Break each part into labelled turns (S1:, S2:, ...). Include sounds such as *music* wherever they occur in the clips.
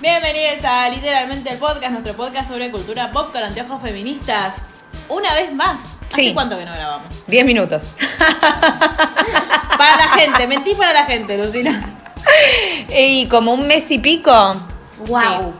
S1: Bienvenidos a Literalmente el Podcast, nuestro podcast sobre cultura pop con anteojos feministas. Una vez más. ¿Hace
S2: Sí.
S1: cuánto que no grabamos?
S2: 10 minutos.
S1: Para la gente, mentí para la gente, Lucina.
S2: *laughs* Y como un mes y pico,
S1: Wow.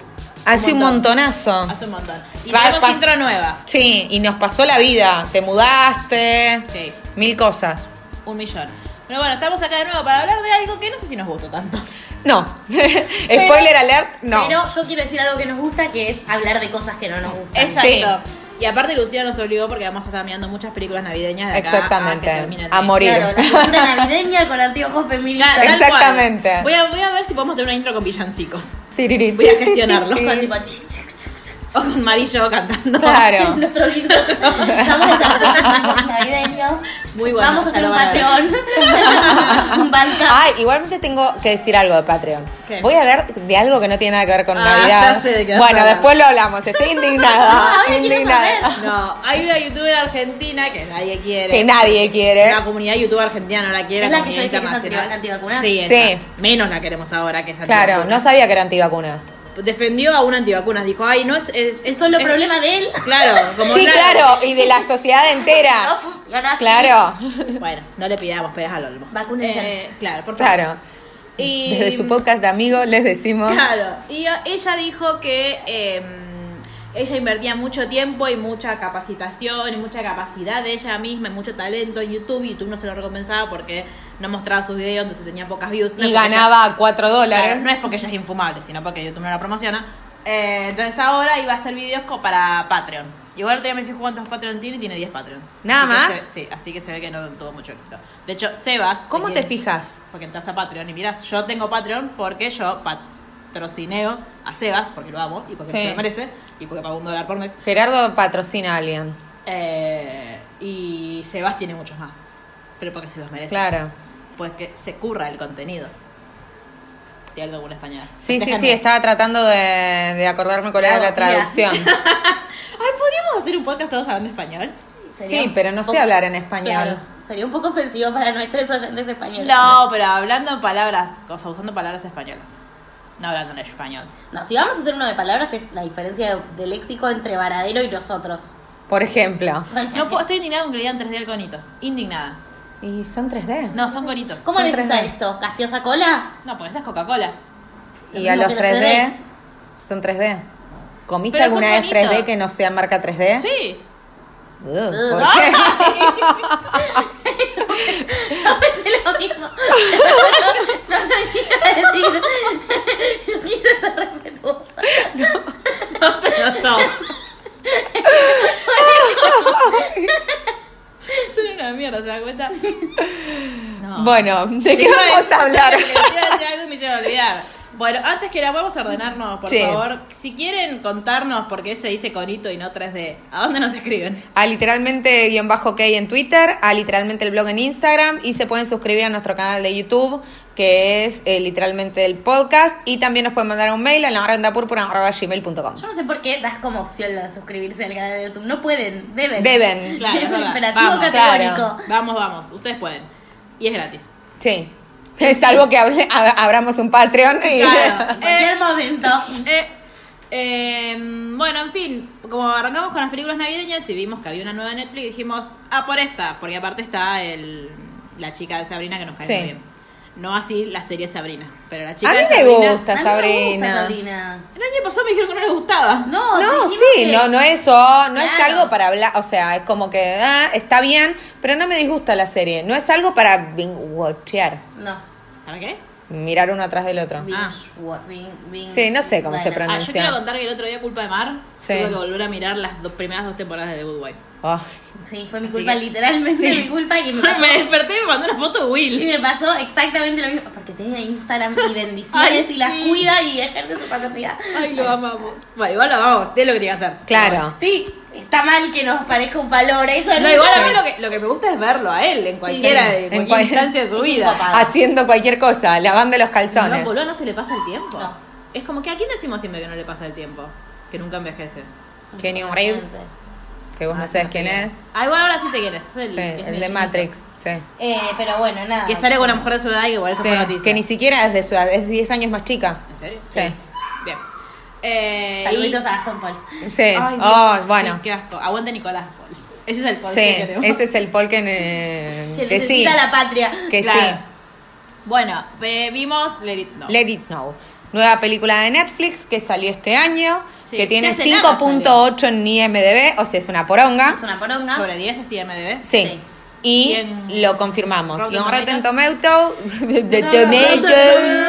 S2: hace
S1: Un
S2: un,
S1: montón.
S2: montonazo.
S1: Hace un montón. Y
S2: Va-
S1: tenemos
S2: pas-
S1: intro nueva.
S2: Sí, y nos pasó la vida. Te mudaste,
S1: Sí,
S2: mil cosas.
S1: un millón. Pero bueno, estamos acá de nuevo para hablar de algo que no sé si nos gustó tanto.
S2: No. *laughs* Spoiler alert, no.
S3: Pero yo quiero decir algo que nos gusta, que es hablar de cosas que no nos gustan.
S2: Ah,
S1: Exacto. Y aparte Lucina nos obligó porque vamos a estar mirando muchas películas navideñas de acá
S2: Exactamente.
S1: a que termine el
S2: A
S1: mes.
S2: morir.
S3: Claro, la cultura navideña con anteojos feministas.
S1: Tal cual.
S2: Exactamente.
S1: Voy a, voy a ver si podemos tener una intro con villancicos.
S2: Tiriri.
S1: Voy a
S2: *laughs*
S1: gestionarlo.
S3: Con tipo, ch, ch, ch,
S1: *laughs* O con Marillo cantando. *laughs*
S2: Claro.
S3: nuestro grito. Vamos a hacer navideño.
S1: Muy bueno,
S3: Vamos a
S1: ya
S3: hacer
S1: lo
S3: un
S1: van a ver.
S3: Patreon. un banca.
S2: Ay, igualmente tengo que decir algo de Patreon.
S1: ¿Qué?
S2: Voy a hablar de algo que no tiene nada que ver con
S1: Ah,
S2: Navidad.
S1: ya sé de qué vas a
S2: bueno,
S1: hablar.
S2: después lo hablamos. Estoy indignada.
S1: *laughs*
S3: No, ahora quiero
S2: indignada.
S1: No, hay una youtuber argentina que nadie quiere.
S2: Que nadie quiere.
S1: La comunidad youtuber argentina no la quiere.
S3: Es la que yo
S1: comunidad
S3: dije que es
S1: internacional.
S3: anti- antivacunal.
S1: Sí,
S2: Sí.
S1: esa. Menos la queremos ahora que es
S2: Claro, no
S1: antivacuna.
S2: sabía que era antivacunas.
S1: Defendió a un antivacunas. Dijo, ay, no es. Es,
S3: Es solo
S1: es-
S3: problema de él.
S1: Claro, como
S2: Sí, claro, y de la sociedad entera.
S1: *laughs*
S3: No funciona.
S2: Claro,
S1: Bueno, no le pidamos peras al olmo.
S3: Vacúnense.
S1: Eh, claro, por favor.
S2: claro.
S1: Y-
S2: Desde su podcast de amigo les decimos.
S1: Claro, y a- ella dijo que eh, ella invertía mucho tiempo y mucha capacitación y mucha capacidad de ella misma y mucho talento en YouTube. y YouTube no se lo recompensaba porque no mostraba sus videos, entonces tenía pocas views. No es
S2: Y
S1: porque ella-
S2: ganaba 4
S1: Claro,
S2: dólares.
S1: no es porque ella es infumable, sino porque YouTube no la promociona. Eh, entonces ahora iba a hacer videos como para Patreon. Y ahora todavía me fijo cuántos Patreon tiene y tiene 10 Patreons. Así
S2: ¿Nada
S1: que
S2: más?
S1: se- sí, así que se ve que no tuvo mucho éxito. De hecho, Sebas.
S2: ¿Cómo te
S1: tiene-
S2: fijas?
S1: porque entras a Patreon y mirás, yo tengo Patreon porque yo patrocineo a Sebas, porque lo amo y porque
S2: Sí.
S1: se lo merece, y porque pago un dólar por mes.
S2: Gerardo patrocina a alguien.
S1: Eh, y Sebas tiene muchos más, pero porque se los merece.
S2: Claro.
S1: Pues que se curra el contenido. Te hablo como una española.
S2: Sí, sí, sí,
S1: Déjame.
S2: estaba tratando de, de acordarme cuál era
S3: Claro,
S2: la
S1: *laughs*
S2: traducción.
S1: Ay, ¿podríamos hacer un podcast todos hablando español?
S2: Sí, pero no sé hablar en español.
S3: Claro. Sería un poco ofensivo para nuestros oyentes españoles.
S1: No, pero hablando en palabras, o sea, usando palabras españolas. No hablando en español.
S3: No, si vamos a hacer uno de palabras es la diferencia de, de léxico entre varadero y nosotros.
S2: Por ejemplo.
S1: No, puedo- estoy indignada con que le digan 3D al conito. Indignada.
S2: Y son 3D.
S1: No, son conitos.
S3: ¿Cómo
S2: Son
S3: le dices a
S2: 3D.
S3: esto? ¿Gaseosa cola?
S1: No, pues esa es Coca-cola.
S2: y a
S3: mismo
S2: los
S3: que los
S2: 3D son 3D. ¿Comiste
S1: Pero
S2: alguna
S1: son
S2: vez
S1: bonitos.
S2: 3D que no sea marca 3D?
S1: *laughs* Sí.
S2: Uh, ¿Por qué?
S1: *laughs*
S3: Yo pensé lo mismo. No, no, iba a decir. Yo quise ser respetuosa.
S1: No se notó. Soy una mierda, ¿se da cuenta? No.
S2: Bueno, ¿de qué
S1: Iba
S2: vamos
S1: *laughs*
S2: a hablar?
S1: decir- iba a decir algo y me hicieron olvidar. Bueno, antes que nada, vamos a ordenarnos, por
S2: Sí.
S1: favor. Si quieren contarnos por qué se dice conito y no 3D, ¿a dónde nos escriben?
S2: A literalmente guión bajo K en Twitter, a literalmente el blog en Instagram y se pueden suscribir a nuestro canal de YouTube que es eh, literalmente el podcast y también nos pueden mandar un mail a lamarandapurpura.gmail.com
S3: Yo no sé por qué das como opción la de suscribirse al canal de YouTube. No pueden, deben.
S2: Deben.
S1: Claro, es
S3: es un
S1: verdad.
S3: imperativo
S1: Vamos,
S3: categórico.
S2: claro.
S1: Vamos, vamos, ustedes pueden. Y es gratis.
S2: Sí. Salvo que hable- ab- abramos un Patreon. y- *laughs*
S1: Claro.
S3: En cualquier momento.
S1: Eh, eh, bueno, en fin, como arrancamos con las películas navideñas y vimos que había una nueva en Netflix, dijimos, ah, por esta, porque aparte está el, la chica de Sabrina que nos cae
S2: Sí.
S1: muy bien. No así la serie Sabrina, pero la chica
S2: a mí
S1: de
S2: me
S1: Sabrina.
S2: gusta,
S3: A mí me gusta
S2: Sabrina.
S3: Sabrina.
S1: El año pasado me dijeron que no le gustaba.
S3: No,
S2: No,
S3: dijimos
S2: sí,
S3: que-
S2: no, no es eso, no es
S3: Claro.
S2: algo para hablar, o sea, es como que ah, está bien, pero no me disgusta la serie, no es algo para binge watchear.
S3: No.
S1: ¿Para qué?
S2: Mirar uno atrás del otro.
S1: Ah.
S2: Sí, no sé cómo se
S3: pronuncia.
S1: Ah, yo quiero contar que el otro día, culpa de Mar,
S2: Sí.
S1: tuve que volver a mirar las dos, primeras dos temporadas de The Good Wife. *laughs*
S2: Ah.
S3: Sí, fue mi culpa, literalmente mi culpa. Y me pasó,
S1: Me desperté y me mandó una foto de
S3: y
S1: Will.
S3: me pasó exactamente lo mismo. Porque tenía Instagram
S1: *laughs*
S3: y bendiciones
S1: Ay,
S3: y las
S1: sí.
S3: cuida y ejerce su paternidad.
S1: Ay, lo amamos. Bueno, igual lo amamos, es lo que quería hacer.
S2: Claro.
S3: Sí, está mal que nos parezca un valor. Eso
S1: No,
S3: nunca-
S1: igual a mí lo que, lo que me gusta es verlo a él en cualquiera, de-
S2: En
S1: cualquier
S2: cual-
S1: instancia
S2: *laughs*
S1: de su vida.
S3: papá.
S2: Ah, Haciendo cualquier cosa, lavando los
S1: No,
S2: calzones.
S1: boludo, no se le pasa el tiempo.
S3: No.
S1: Es como que a quién decimos siempre que no le pasa el tiempo, que nunca envejece.
S2: Kenyon Reeves, que vos no sabés quién es.
S1: Ah, igual ahora sí sé quién es. es el,
S2: Sí,
S1: que es medio
S2: el de
S1: chiquito.
S2: Matrix, sí.
S3: Eh, pero bueno, nada.
S1: Que sale con una mujer de su edad y que por eso
S2: Sí,
S1: fue noticia.
S2: que ni siquiera es de su edad, es 10 años más chica.
S1: ¿En serio?
S2: Sí.
S1: Bien. Eh,
S3: Saluditos
S1: y-
S3: a Aston Pauls.
S2: Sí,
S1: Ay, Dios,
S2: oh,
S1: sí,
S2: bueno.
S1: qué asco. Aguante Nicolás Paul. Ese es el Paul
S2: Sí,
S1: que queremos.
S2: ese es el Paul que, eh,
S3: Que,
S2: que sí,
S3: necesita la patria.
S2: que
S1: Claro. Bueno, eh, vimos Let It Snow.
S2: sí. Let It Snow. Nueva película de Netflix que salió este año,
S1: Sí,
S2: que tiene
S1: ya hace nada
S2: 5.8 en IMDB, o sea, es una
S3: Es
S2: poronga.
S3: una poronga.
S1: Sobre 10 es IMDB.
S2: Sí.
S3: Sí.
S2: Y
S1: Y en
S2: lo confirmamos.
S1: Rotten
S2: y en Rotten Tomatoes, *laughs*
S3: No,
S2: de
S3: no, no,
S2: Tomatoes.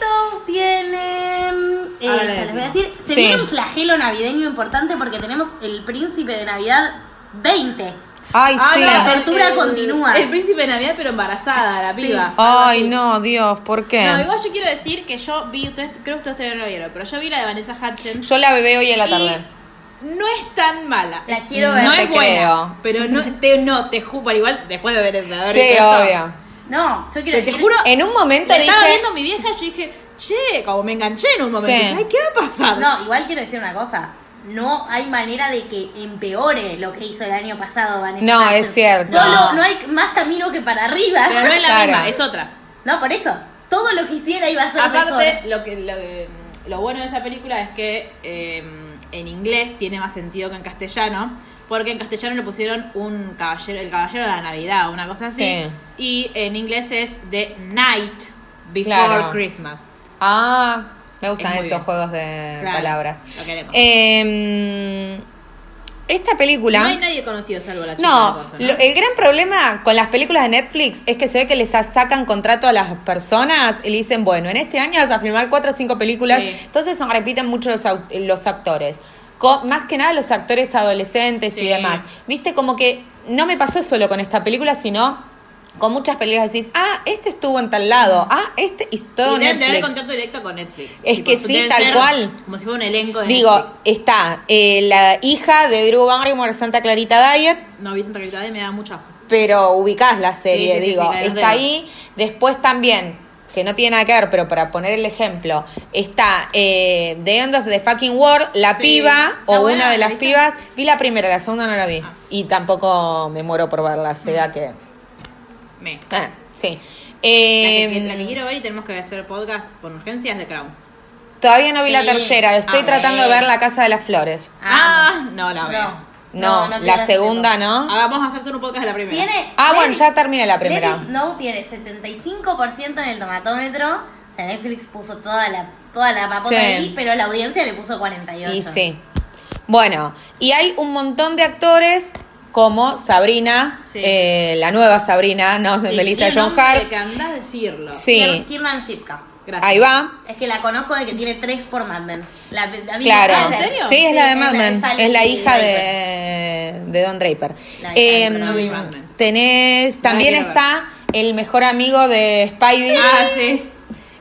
S3: Tomatoes tienen. eh,
S1: Ahora le
S3: ya les voy a
S1: decimos.
S3: decir. Se
S2: Sí.
S3: viene un flagelo navideño importante porque tenemos el príncipe de Navidad 20.
S2: Ay,
S1: Ah,
S2: sí.
S1: no,
S3: La tortura
S1: el-
S3: continúa.
S1: El príncipe de Navidad, pero embarazada, la
S2: Oh,
S1: piba.
S2: Ay, no, Dios, ¿por qué?
S1: No, igual yo quiero decir que yo vi, ustedes, creo que ustedes no lo vieron, pero yo vi la de Vanessa Hutchins.
S2: Yo la bebé hoy en la
S1: y
S2: tarde.
S1: No es tan mala.
S3: La quiero
S1: no
S3: ver.
S2: te
S1: es buena,
S2: creo.
S1: Pero no te, no, te juro, pero igual después de ver el de haber
S2: Sí,
S1: visto esto,
S2: obvio.
S3: No, yo quiero
S1: Te, te
S3: decir.
S1: juro,
S2: En un momento
S1: la
S2: dije.
S1: estaba viendo mi vieja y yo dije, che, como me enganché en un momento.
S2: Sí.
S1: Dije, Ay, ¿qué va a pasar?
S3: No, igual quiero decir una cosa. No hay manera de que empeore lo que hizo el año pasado, Vanessa.
S2: No,
S3: Hudgens.
S2: es cierto.
S3: Solo no hay más camino que para arriba.
S1: Pero no es la
S2: Claro.
S1: misma, es otra.
S3: No, por eso. Todo lo que hiciera iba a ser
S1: Aparte,
S3: mejor.
S1: lo, que, lo, que- lo bueno de esa película es que eh, en inglés tiene más sentido que en castellano, porque en castellano le pusieron un caballero, el caballero de la Navidad, una cosa así,
S2: Sí.
S1: y en inglés es The Night Before
S2: Claro.
S1: Christmas.
S2: Ah, me gustan
S1: Es muy
S2: esos
S1: bien.
S2: juegos de
S1: Claro,
S2: palabras.
S1: lo queremos.
S2: Eh, esta película.
S1: No hay nadie conocido salvo la chica.
S2: No,
S1: de Coso,
S2: lo- eh, el gran problema con las películas de Netflix es que se ve que les sacan contrato a las personas y le dicen, bueno, en este año vas a filmar cuatro o cinco películas.
S1: Sí.
S2: Entonces se repiten mucho los, au- los actores. Co- más que nada los actores adolescentes
S1: Sí.
S2: y demás. Viste, como que no me pasó solo con esta película, sino con muchas películas decís, ah, este estuvo en tal lado, ah, este y todo
S1: Mm. Y deben tener
S2: Netflix.
S1: contacto directo con Netflix.
S2: Es que sí,
S1: debe
S2: tal
S1: ser
S2: cual.
S1: Como si fuera un elenco de
S2: Digo,
S1: Netflix.
S2: está eh, la hija de Drew Barrymore, Santa Clarita Diet,
S1: No vi Santa Clarita y me da mucho asco.
S2: pero ubicás la
S1: Sí,
S2: serie,
S1: sí, sí,
S2: digo,
S1: sí, la de los
S2: está
S1: dedos.
S2: ahí. Después también, que no tiene nada que ver, pero para poner el ejemplo, está eh, The End of the Fucking World, La
S1: Sí.
S2: Piba,
S1: Está
S2: o
S1: buena,
S2: una de
S1: ¿la
S2: las
S1: viste?
S2: pibas. Vi la primera, la segunda no la vi.
S1: Ah.
S2: Y tampoco me muero por verla, o sea que...
S1: Me.
S2: ah, sí.
S1: La que-
S2: Eh,
S1: que- la que quiero ver y tenemos que hacer podcast con urgencias de Crown.
S2: Todavía no vi la
S3: Sí.
S2: tercera, estoy
S1: Ah,
S2: tratando de
S1: bueno.
S2: ver La Casa de las Flores.
S1: Ah, no la veas.
S2: No, la
S3: pierdas
S2: segunda
S3: tiempo.
S2: no.
S1: Ah, vamos a hacer solo un podcast de la primera.
S3: Tiene.
S2: Ah,
S3: Let
S2: bueno,
S3: It-
S2: ya terminé la
S3: Let
S2: primera.
S3: It Snow tiene 75% en el tomatómetro. O sea, Netflix puso toda la, toda la papota
S2: Sí.
S3: ahí, pero la audiencia le puso 48.
S2: Y sí. Bueno, y hay un montón de actores como Sabrina,
S1: Sí.
S2: eh, la nueva Sabrina, no,
S1: Sí,
S2: Melissa
S1: tiene
S2: John
S1: nombre
S2: Hart.
S1: Que andás a decirlo.
S2: Sí,
S3: Kirnan Shipka.
S1: Gracias.
S2: ahí va.
S3: Es que la conozco de que tiene tres por Mad Men. La, a mí me
S2: Claro.
S3: parece-
S1: Ah, ¿En serio?
S2: Sí, es la de Mad
S3: es
S2: Men.
S3: Sally
S2: Es la hija
S3: Draper.
S2: de, de Don Draper.
S3: La hija
S2: Eh,
S3: de Don
S1: Draper.
S2: tenés, también
S1: quiero ver.
S2: está el mejor amigo de Spidey.
S1: Ah, sí.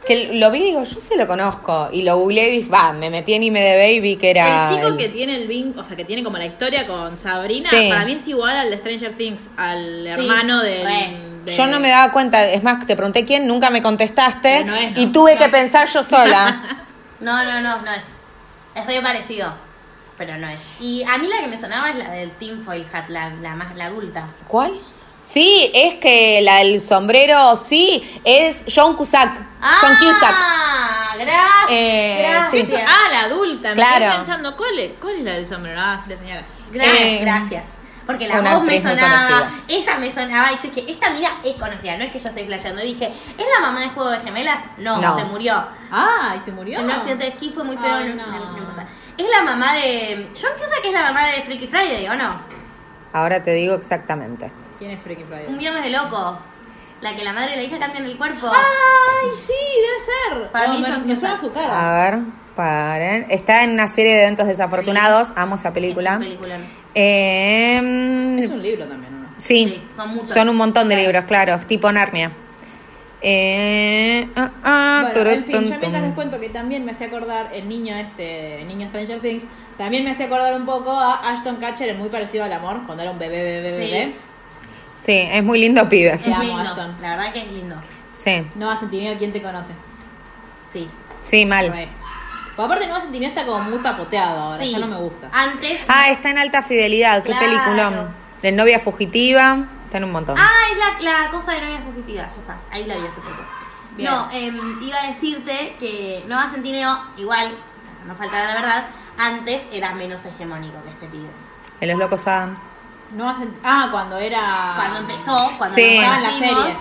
S2: Que lo vi y digo, yo se lo conozco. Y lo googleé y dije, va, me metí en IMDB y vi que era.
S1: El chico
S2: el-
S1: que tiene el vin, o sea, que tiene como la historia con Sabrina,
S2: Sí.
S1: para mí es igual al de Stranger Things, al hermano del-
S3: re.
S1: de...
S2: Yo no me daba cuenta, es más, te pregunté quién, nunca me contestaste
S1: Que no es, ¿no?
S2: y tuve que pensar yo
S1: *laughs*
S2: sola.
S3: No, no, no, no es. Es re parecido, pero no es. Y a mí la que me sonaba es la del tinfoil hat, la, la más la adulta.
S2: ¿Cuál? Sí, es que la del sombrero, sí, es John Cusack. John Cusack.
S3: Ah, gra-
S2: Eh,
S3: gracias.
S2: sí.
S1: Ah, la adulta. Me
S2: Claro.
S1: estoy pensando, ¿cuál es, ¿cuál es la del sombrero? Ah, sí, la señora.
S3: Gracias,
S2: Eh,
S3: gracias. Porque la
S2: una
S3: voz me
S2: actriz muy
S3: sonaba,
S2: conocida.
S3: ella me sonaba, y yo dije, esta mina es conocida, no es que yo estoy flasheando. Y dije, ¿es la mamá del juego de gemelas? No,
S2: No.
S3: se murió.
S1: Ah, ¿y se murió?
S3: En un accidente de esquí fue muy feo.
S1: Ay,
S3: no-
S1: no.
S3: no importa. Es la mamá de. John Cusack es la mamá de Freaky Friday, ¿o no?
S2: Ahora te digo exactamente.
S1: ¿Quién es Freaky Friday?
S3: Un viernes de loco. la que la madre y la hija cambian el cuerpo.
S1: ¡Ay, sí! Debe ser.
S3: Para
S1: Oh,
S3: mí
S1: me,
S3: son
S1: me
S3: cosas.
S1: suena su cara.
S2: A ver, paren. Está en una serie de eventos desafortunados. Amo esa película.
S3: Es un peliculón.
S2: Em,
S1: Es un libro también, ¿o ¿no?
S2: sí,
S3: Sí, son muchos.
S2: un montón de libros, claro. Tipo Narnia. Eh, ah, ah,
S1: Bueno, en
S2: turutun,
S1: fin, yo mientras
S2: tum.
S1: les cuento que también me hacía acordar el niño este, el niño Stranger Things, también me hacía acordar un poco a Ashton Catcher en Muy Parecido al Amor, cuando era un bebé, bebé,
S3: Sí.
S1: bebé.
S2: Sí, es muy lindo pibe.
S3: Es
S1: Te amo,
S3: lindo.
S1: Ashton.
S3: La verdad que es lindo.
S2: Sí,
S1: No va a sentir miedo quien te conoce.
S3: Sí.
S2: sí, mal.
S1: Re. Pues aparte no va a sentir miedo está como muy papoteado ahora,
S3: sí.
S1: ya no me gusta.
S3: Antes.
S2: Ah, está en Alta Fidelidad. Qué
S3: Claro.
S2: peliculón. De novia fugitiva. Está en un montón.
S3: Ah, es la, la cosa de novia fugitiva, ya está, ahí la vi hace poco.
S1: Bien.
S3: No, em, iba a decirte que Nueva Centineo, igual, no falta la verdad, antes era menos hegemónico que este pibe.
S2: En Los Locos Adams.
S1: No va a sent- Ah, cuando era.
S3: Cuando empezó, cuando
S2: Sí.
S3: nos
S1: Estaba en la
S3: conocimos,
S1: serie.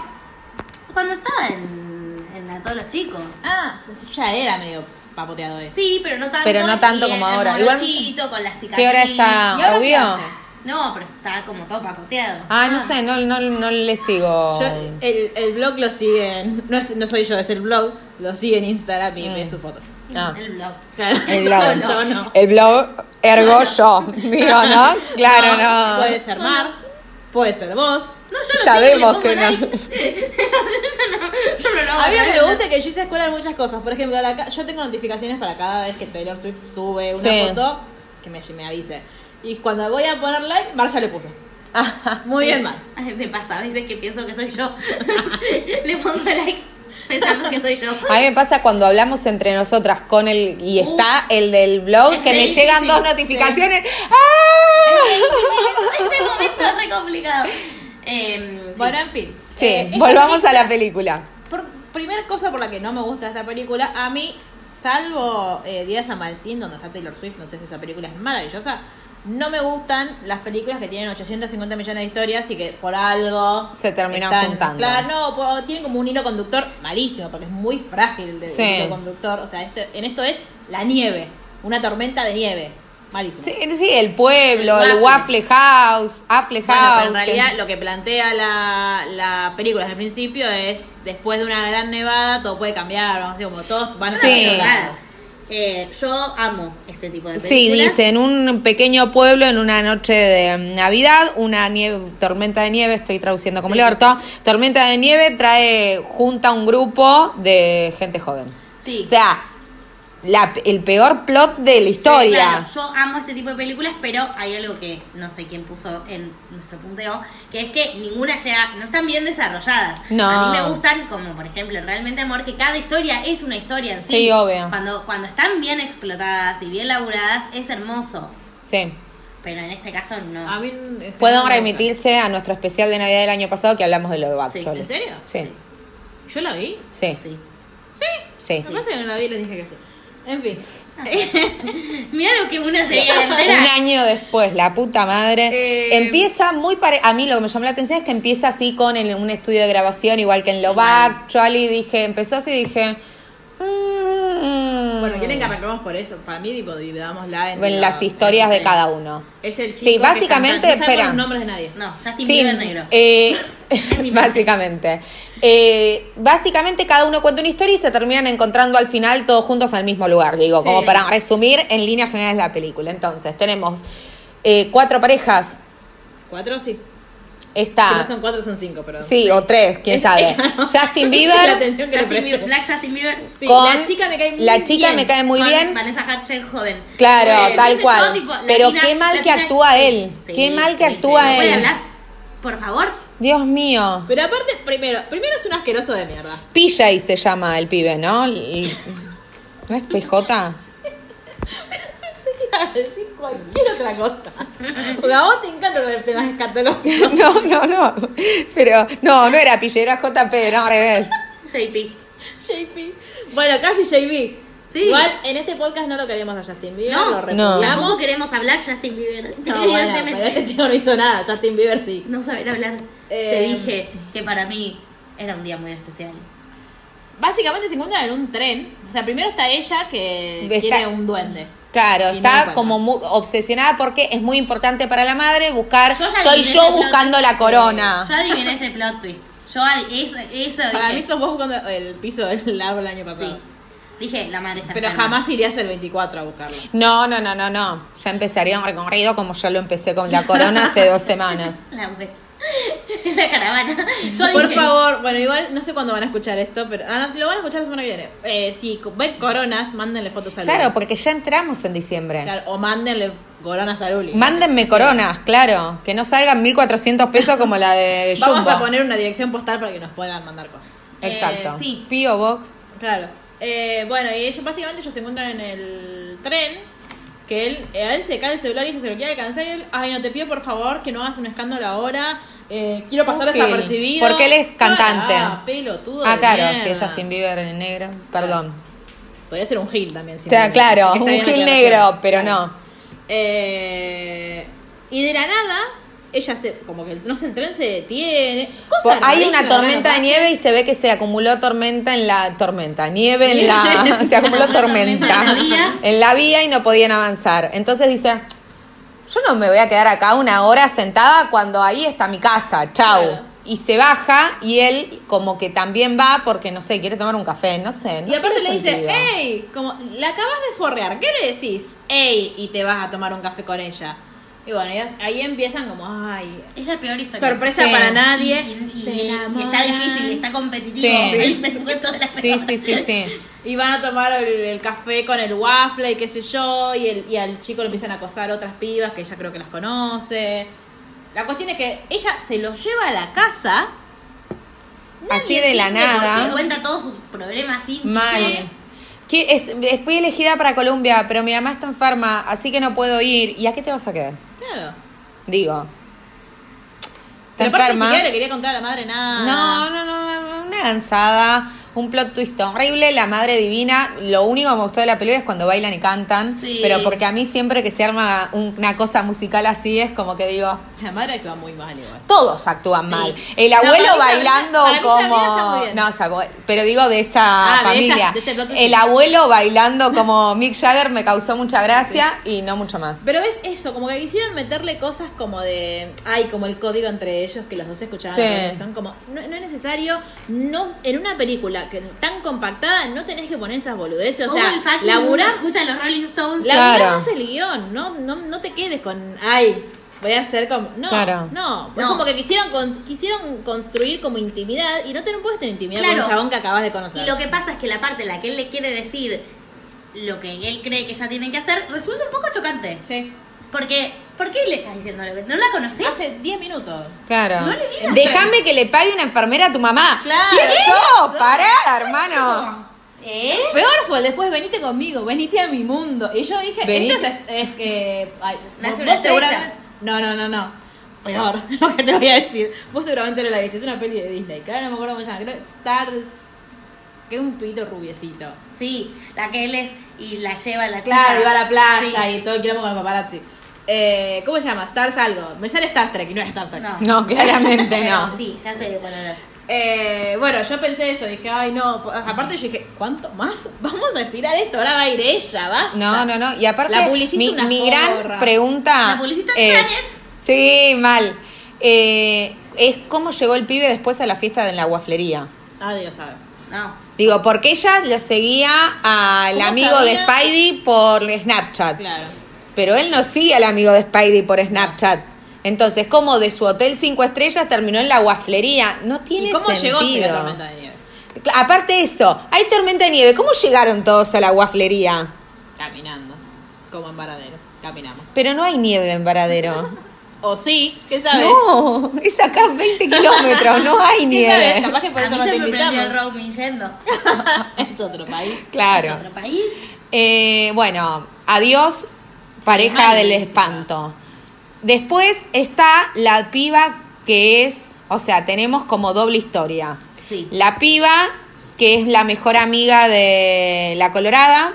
S3: Cuando estaba en, en la- todos los chicos.
S1: Ah, ya era medio papoteado ese.
S3: Sí, pero no tanto.
S2: Pero no tanto
S3: y
S2: como
S3: el
S2: ahora. Igual-
S3: morochito, con las cicatrices.
S2: ¿Qué hora está?
S1: ¿Y ahora qué
S2: ¿Obvio?
S1: hace?
S3: No, pero está como todo papoteado.
S2: Ah, no sé, no, no, no le sigo.
S1: Yo, eh, el, el blog lo siguen, no, es- no soy yo, es el blog, lo sigue en Instagram y
S2: Mm.
S1: ve sus fotos.
S2: Ah.
S3: El blog.
S1: Claro.
S2: El blog.
S1: yo *laughs* no.
S2: El blog, ergo yo. Digo, ¿no? Claro, no.
S1: Puede ser Mar, puede ser vos.
S3: No, yo no
S2: Sabemos
S3: sé,
S2: que
S3: *laughs* le pongo
S2: no.
S3: like. yo no, yo no lo hago.
S1: A mí lo que
S3: no.
S1: me gusta es que yo hice escuela en muchas cosas. Por ejemplo, la ca- yo tengo notificaciones para cada vez que Taylor Swift sube una
S2: Sí.
S1: foto que me, me avise. Y cuando voy a poner like, Mar ya le
S2: *laughs*
S1: puso. Muy bien, Mar.
S3: Ay, Me pasa a veces que pienso que soy yo. *laughs* Le pongo like pensando que
S1: *laughs*
S3: soy yo.
S2: A mí me pasa cuando hablamos entre nosotras con el y
S3: Uh,
S2: está el del blog
S3: es
S2: que me
S3: difícil,
S2: llegan dos
S3: sí.
S2: notificaciones. ¡Ah!
S3: Ese momento es re complicado. Em, sí.
S1: Bueno, en fin.
S2: Sí,
S1: Eh, esta
S2: volvamos a
S1: película-
S2: la película.
S1: Por, primera cosa por la que no me gusta esta película, a mí, salvo eh, Día de San Martín, donde está Taylor Swift, no sé si esa película es maravillosa, no me gustan las películas que tienen 850 millones de historias y que por algo...
S2: Se terminan juntando.
S1: Claro, no, por- tienen como un hilo conductor malísimo, porque es muy frágil el, el
S2: Sí.
S1: hilo conductor. O sea, este- en esto es la nieve, una tormenta de nieve. Malísimo.
S2: Sí, sí, el pueblo, el
S1: Waffle.
S2: Waffle House, Affle
S1: Bueno,
S2: House.
S1: pero en
S2: que-
S1: realidad lo que plantea la, la película desde el principio es después de una gran nevada todo puede cambiar, vamos a decir, como todos van a
S2: Sí.
S1: cambiar.
S3: Nada. Eh, yo amo este tipo de películas.
S2: Sí, dice, en un pequeño pueblo, en una noche de mm, Navidad, una nieve, tormenta de nieve, estoy traduciendo como el orto, tormenta de nieve trae junta un grupo de gente joven.
S3: Sí.
S2: O sea, la- el peor plot de la historia.
S3: Sí, claro, yo amo este tipo de películas, pero hay algo que no sé quién puso en nuestro punteo, que es que ninguna llega, no están bien desarrolladas.
S2: No.
S3: A mí me gustan, como por ejemplo, Realmente Amor, que cada historia es una historia en sí.
S2: Sí, obvio.
S3: Cuando, cuando están bien explotadas y bien laburadas, es hermoso.
S2: Sí.
S3: Pero en este caso no.
S1: A mí, en general, no
S2: Pueden
S1: me
S2: remitirse a nuestro especial de Navidad del año pasado que hablamos de lo de Batchole.
S1: gusta. ¿En serio?
S2: Sí,
S1: ¿Yo la vi?
S2: sí,
S3: Sí.
S1: Sí.
S2: sí.
S1: Me parece que no la vi, les dije que sí. En fin.
S3: Mira lo que una
S2: *laughs*
S3: se viene
S2: Un
S3: entera.
S2: año después, la puta madre.
S1: Eh,
S2: empieza muy pare... A mí lo que me llamó la atención es que empieza así con el- un estudio de grabación, igual que en Love Actually. Dije, empezó así y dije. mm,
S1: Bueno, quieren que arranquemos por eso. Para mí, tipo, dividámosla en,
S2: en
S1: la-
S2: las historias de
S1: en-
S2: cada uno.
S1: Es el chico.
S2: Sí,
S1: que
S2: básicamente,
S1: canta. No sabemos
S2: espera.
S1: los nombres de nadie.
S3: No, Justin
S2: Sí,
S3: Bieber negro.
S2: eh, *laughs* básicamente. Eh, básicamente cada uno cuenta una historia y se terminan encontrando al final todos juntos al mismo lugar, digo,
S1: Sí.
S2: como para resumir en líneas generales la película. Entonces, tenemos eh, cuatro parejas.
S1: ¿Cuatro? Sí. Que no
S2: Está.
S1: son cuatro, son cinco, pero.
S2: Ah. Sí, o tres, quién
S1: Es-
S3: *laughs*
S2: sabe.
S1: *laughs*
S2: Justin
S1: La
S2: Bieber
S1: atención que le
S3: Justin
S1: presté.
S3: Bieber, Black Justin Bieber.
S1: Sí,
S2: con
S1: la chica me cae muy
S2: la chica
S1: bien.
S2: me cae Eh, muy
S3: Van-
S2: bien.
S3: Vanessa Hudgens joven.
S2: Claro,
S3: Eh,
S2: tal
S3: yo,
S2: cual.
S3: tipo, la
S2: Pero
S3: mina-
S2: qué mal
S3: la
S2: que
S3: mina-
S2: actúa
S3: sí,
S2: él.
S3: sí,
S2: Qué mal que
S3: sí, sí.
S2: actúa
S3: ¿No puede
S2: él.
S3: hablar? Por favor.
S2: Dios mío.
S1: Pero aparte, primero, primero es un asqueroso de mierda.
S2: PJ se llama el pibe, ¿no? El- ¿No es
S3: *laughs*
S2: PJ?
S1: *laughs* a decir cualquier otra cosa. Porque a vos te encantan los temas *laughs* escatológicos.
S2: No, no, no. Pero, no, no era PJ, era JP, no, al revés.
S3: JP.
S1: JP. Bueno, casi JB.
S3: Sí.
S1: Igual en este podcast no lo queremos a Justin Bieber,
S3: No.
S1: lo
S2: No.
S3: Tampoco
S1: *laughs* repudiamos.
S3: queremos hablar Justin Bieber.
S1: No,
S3: *laughs*
S1: bueno,
S3: Evidentemente.
S1: pero este chico no hizo nada, Justin Bieber sí.
S3: No saber hablar. Te
S1: Eh,
S3: dije que para mí era un día muy especial.
S1: Básicamente se encuentran en un tren. O sea, primero está ella que
S2: Está-
S1: tiene un duende. Y
S2: Claro,
S1: no
S2: está
S1: encuentra.
S2: como muy obsesionada porque es muy importante para la madre buscar.
S3: Yo ya
S2: soy
S3: adiviné
S2: yo
S3: ese plot
S2: buscando la
S3: twist.
S2: corona.
S3: Yo adiviné ese plot twist. Yo al- eso, eso
S1: Para
S3: dije.
S1: mí sos vos cuando el piso del árbol el año pasado.
S3: Sí. Dije, la madre está
S1: Pero
S3: enferma.
S1: jamás irías el 24 a buscarlo.
S2: No, no, no, no, no. Ya empezaría un recorrido como ya lo empecé con la corona hace dos semanas.
S1: *laughs*
S3: La UB. *laughs* la caravana. Yo
S1: Por
S3: dije,
S1: favor, bueno, igual no sé cuándo van a escuchar esto, pero ah, no, lo van a escuchar la semana que viene. Eh, si co- ven coronas, mándenle fotos a Luli.
S2: Claro, porque ya entramos en diciembre.
S1: Claro, o mándenle coronas a Luli.
S2: Mándenme coronas, claro. Que no salgan 1.400 pesos como la de
S1: *laughs*
S2: Jumbo.
S1: Vamos a poner una dirección postal para que nos puedan mandar cosas.
S2: Exacto.
S3: Eh, sí.
S2: P.O. Box.
S1: Claro. Eh, bueno, y ellos básicamente ellos se encuentran en el tren. Que él, a él se le cae el celular y ella se lo quiere cancelar. y él, Ay, no te pido por favor que no hagas un escándalo ahora. eh, quiero pasar
S2: Ok.
S1: desapercibido.
S2: Porque él es cantante.
S1: Ah, pelotudo.
S2: Ah,
S1: de
S2: claro,
S1: mierda.
S2: si es Justin Bieber en negro. Perdón.
S1: Podría ser un Gil también. si
S2: O sea,
S1: no-
S2: claro,
S1: está
S2: un
S1: bien
S2: gil
S1: aclaración.
S2: negro, pero
S1: Claro.
S2: no.
S1: Eh, y de la nada, ella se. Como que no sé, el tren se detiene. Cosas
S2: Po- Pues Hay
S1: rarísimas,
S2: una tormenta
S1: raras.
S2: de nieve y se ve que se acumuló tormenta en la tormenta. Nieve en
S3: *laughs*
S2: la. *laughs* Se acumuló
S3: Una tormenta
S2: tormenta.
S3: en la vía.
S2: En la vía y no podían avanzar. Entonces dice: Yo no me voy a quedar acá una hora sentada cuando ahí está mi casa. Chau.
S1: Claro.
S2: Y se baja y él, como que también va porque no sé, quiere tomar un café, no sé. no
S1: Y aparte
S2: tiene
S1: le dice,
S2: sentido.
S3: "Eh".
S1: ¡Ey! Como, la acabas de forrear, ¿qué le decís? ¡Ey! Y te vas a tomar un café con ella. Y bueno, ellas- ahí empiezan como, ¡ay!
S3: Es la peor historia.
S1: Sorpresa
S2: Sí.
S1: para
S3: Y,
S1: nadie.
S3: y- y-
S1: Se
S3: y está
S1: enamoran.
S3: difícil, está competitivo.
S2: Sí.
S3: *laughs* Ahí me fue toda la
S2: Sí,
S3: peor.
S2: sí, sí,
S3: *laughs*
S2: sí.
S1: Y van a tomar el, el café con el waffle y qué sé yo. Y, el, y al chico lo empiezan a acosar otras pibas que ella creo que las conoce. La cuestión es que ella se lo lleva a la casa.
S2: Así de la
S3: Porque
S2: nada.
S3: cuenta todos sus problemas así.
S2: Mal. Que es- es- fui elegida para Colombia, pero mi mamá está enferma, así que no puedo ir. ¿Y a qué te vas a quedar?
S1: Claro.
S2: Digo. Está
S1: Pero aparte ni
S2: enferma.
S1: siquiera le quería contar a la madre nada.
S2: No, no, no, no, no, una danzada, un plot twist horrible, la madre divina. Lo único que me gustó de la película es cuando bailan y cantan,
S3: Sí.
S2: pero porque a mí siempre que se arma un- una cosa musical así es como que digo,
S1: La madre que va muy mal igual.
S2: todos actúan mal. El
S1: No,
S2: abuelo
S1: para mí Sabrina-
S2: bailando
S1: para mí Sabrina está muy
S2: como.
S1: bien.
S2: No, Sabo- pero digo de esa
S1: Ah, de
S2: familia.
S1: esta- de este bloque
S2: el
S1: sí.
S2: abuelo bailando
S1: *laughs*
S2: como Mick Jagger me causó mucha gracia y no mucho más.
S1: Pero ves eso, como que quisieron meterle cosas como de. Ay, como el código entre ellos que los dos escuchaban.
S2: Sí.
S1: ¿no? Son como. No, no es necesario. no En una película que, tan compactada, no tenés que poner esas boludeces. O sea, laburá.
S3: Escucha los Rolling Stones.
S1: laburá
S2: Claro.
S1: más el guión. No, no, no te quedes con. Ay. Voy a hacer como. No,
S2: Claro.
S1: no. Es
S3: No.
S1: como que quisieron con- quisieron construir como intimidad y no te, no puedes tener intimidad con
S3: Claro.
S1: un chabón que acabas de conocer.
S3: Y lo que pasa es que la parte en la que él le quiere decir lo que él cree que ya tienen que hacer resulta un poco chocante.
S1: Sí.
S3: Porque, ¿por qué le estás diciendo lo que no la conoces?
S1: Hace 10 minutos.
S2: Claro.
S3: No le digas.
S2: Déjame que le pague una enfermera a tu mamá.
S1: Claro.
S2: ¿Quién sos? Pará, hermano.
S3: ¿Eh?
S1: Peor fue el después, venite conmigo, venite a mi mundo. Y yo dije,
S2: Venite.
S1: esto es, es que. Ay,
S3: Nace
S1: vos,
S3: una
S1: vos
S3: estrella.
S1: seguramente. No, no, no, no. Peor, *laughs* lo que te voy a decir. Vos seguramente no la viste, es una peli de Disney. Que ahora no me acuerdo cómo se llama, creo que Stars. Que es un pibito rubiecito.
S3: Sí, la que él es y la lleva a la
S1: Claro,
S3: chica.
S1: iba
S3: *laughs*
S1: a la playa
S3: Sí.
S1: y todo el quilombo con el paparazzi. Eh, ¿Cómo se llama? Stars algo. Me sale Star Trek y no es Star Trek.
S3: No.
S2: No, claramente
S3: Pero
S2: no.
S3: Sí, ya sé de cuál hablas.
S1: *laughs* Eh, bueno, yo pensé eso, dije, ay no. po- Aparte, yo dije, ¿cuánto más? Vamos a estirar esto, ahora va a ir ella, va.
S2: No, no, no. Y aparte,
S1: La publicista
S2: mi,
S1: una
S2: mi gran
S1: forra.
S2: pregunta
S3: La publicista
S2: es...
S3: Janet.
S2: Sí, mal. Eh, es cómo llegó el pibe después a la fiesta de la guaflería.
S1: Ah, Dios sabe.
S3: No.
S2: Digo, porque ella lo seguía al
S1: ¿Cómo
S2: amigo de
S1: sabía?
S2: Spidey por Snapchat.
S1: Claro.
S2: Pero él no sigue al amigo de Spidey por Snapchat. Entonces, como de su hotel cinco estrellas terminó en la guaflería? No tiene
S1: ¿Y cómo
S2: sentido.
S1: llegó si la tormenta de nieve?
S2: Cla- Aparte de eso, hay tormenta de nieve. ¿Cómo llegaron todos a la guaflería?
S1: Caminando, como en Varadero, caminamos.
S2: Pero no hay nieve
S1: *laughs*
S2: en Varadero.
S1: O sí, ¿qué sabes?
S2: No, es acá 20 kilómetros, no
S1: *laughs*
S2: hay
S1: ¿Qué sabes?
S2: nieve.
S1: Capaz que por
S3: a
S1: eso
S3: mí
S1: no
S3: se
S1: te
S3: me prendió el
S1: invitamos.
S3: roaming yendo.
S1: *laughs* es otro país.
S3: ¿A
S2: Claro.
S3: otro país?
S2: Eh, bueno, adiós, pareja
S1: mal,
S2: del
S1: encima.
S2: espanto. Después está la piba que es, o sea, tenemos como doble historia.
S3: Sí.
S2: La piba que es la mejor amiga de la Colorada,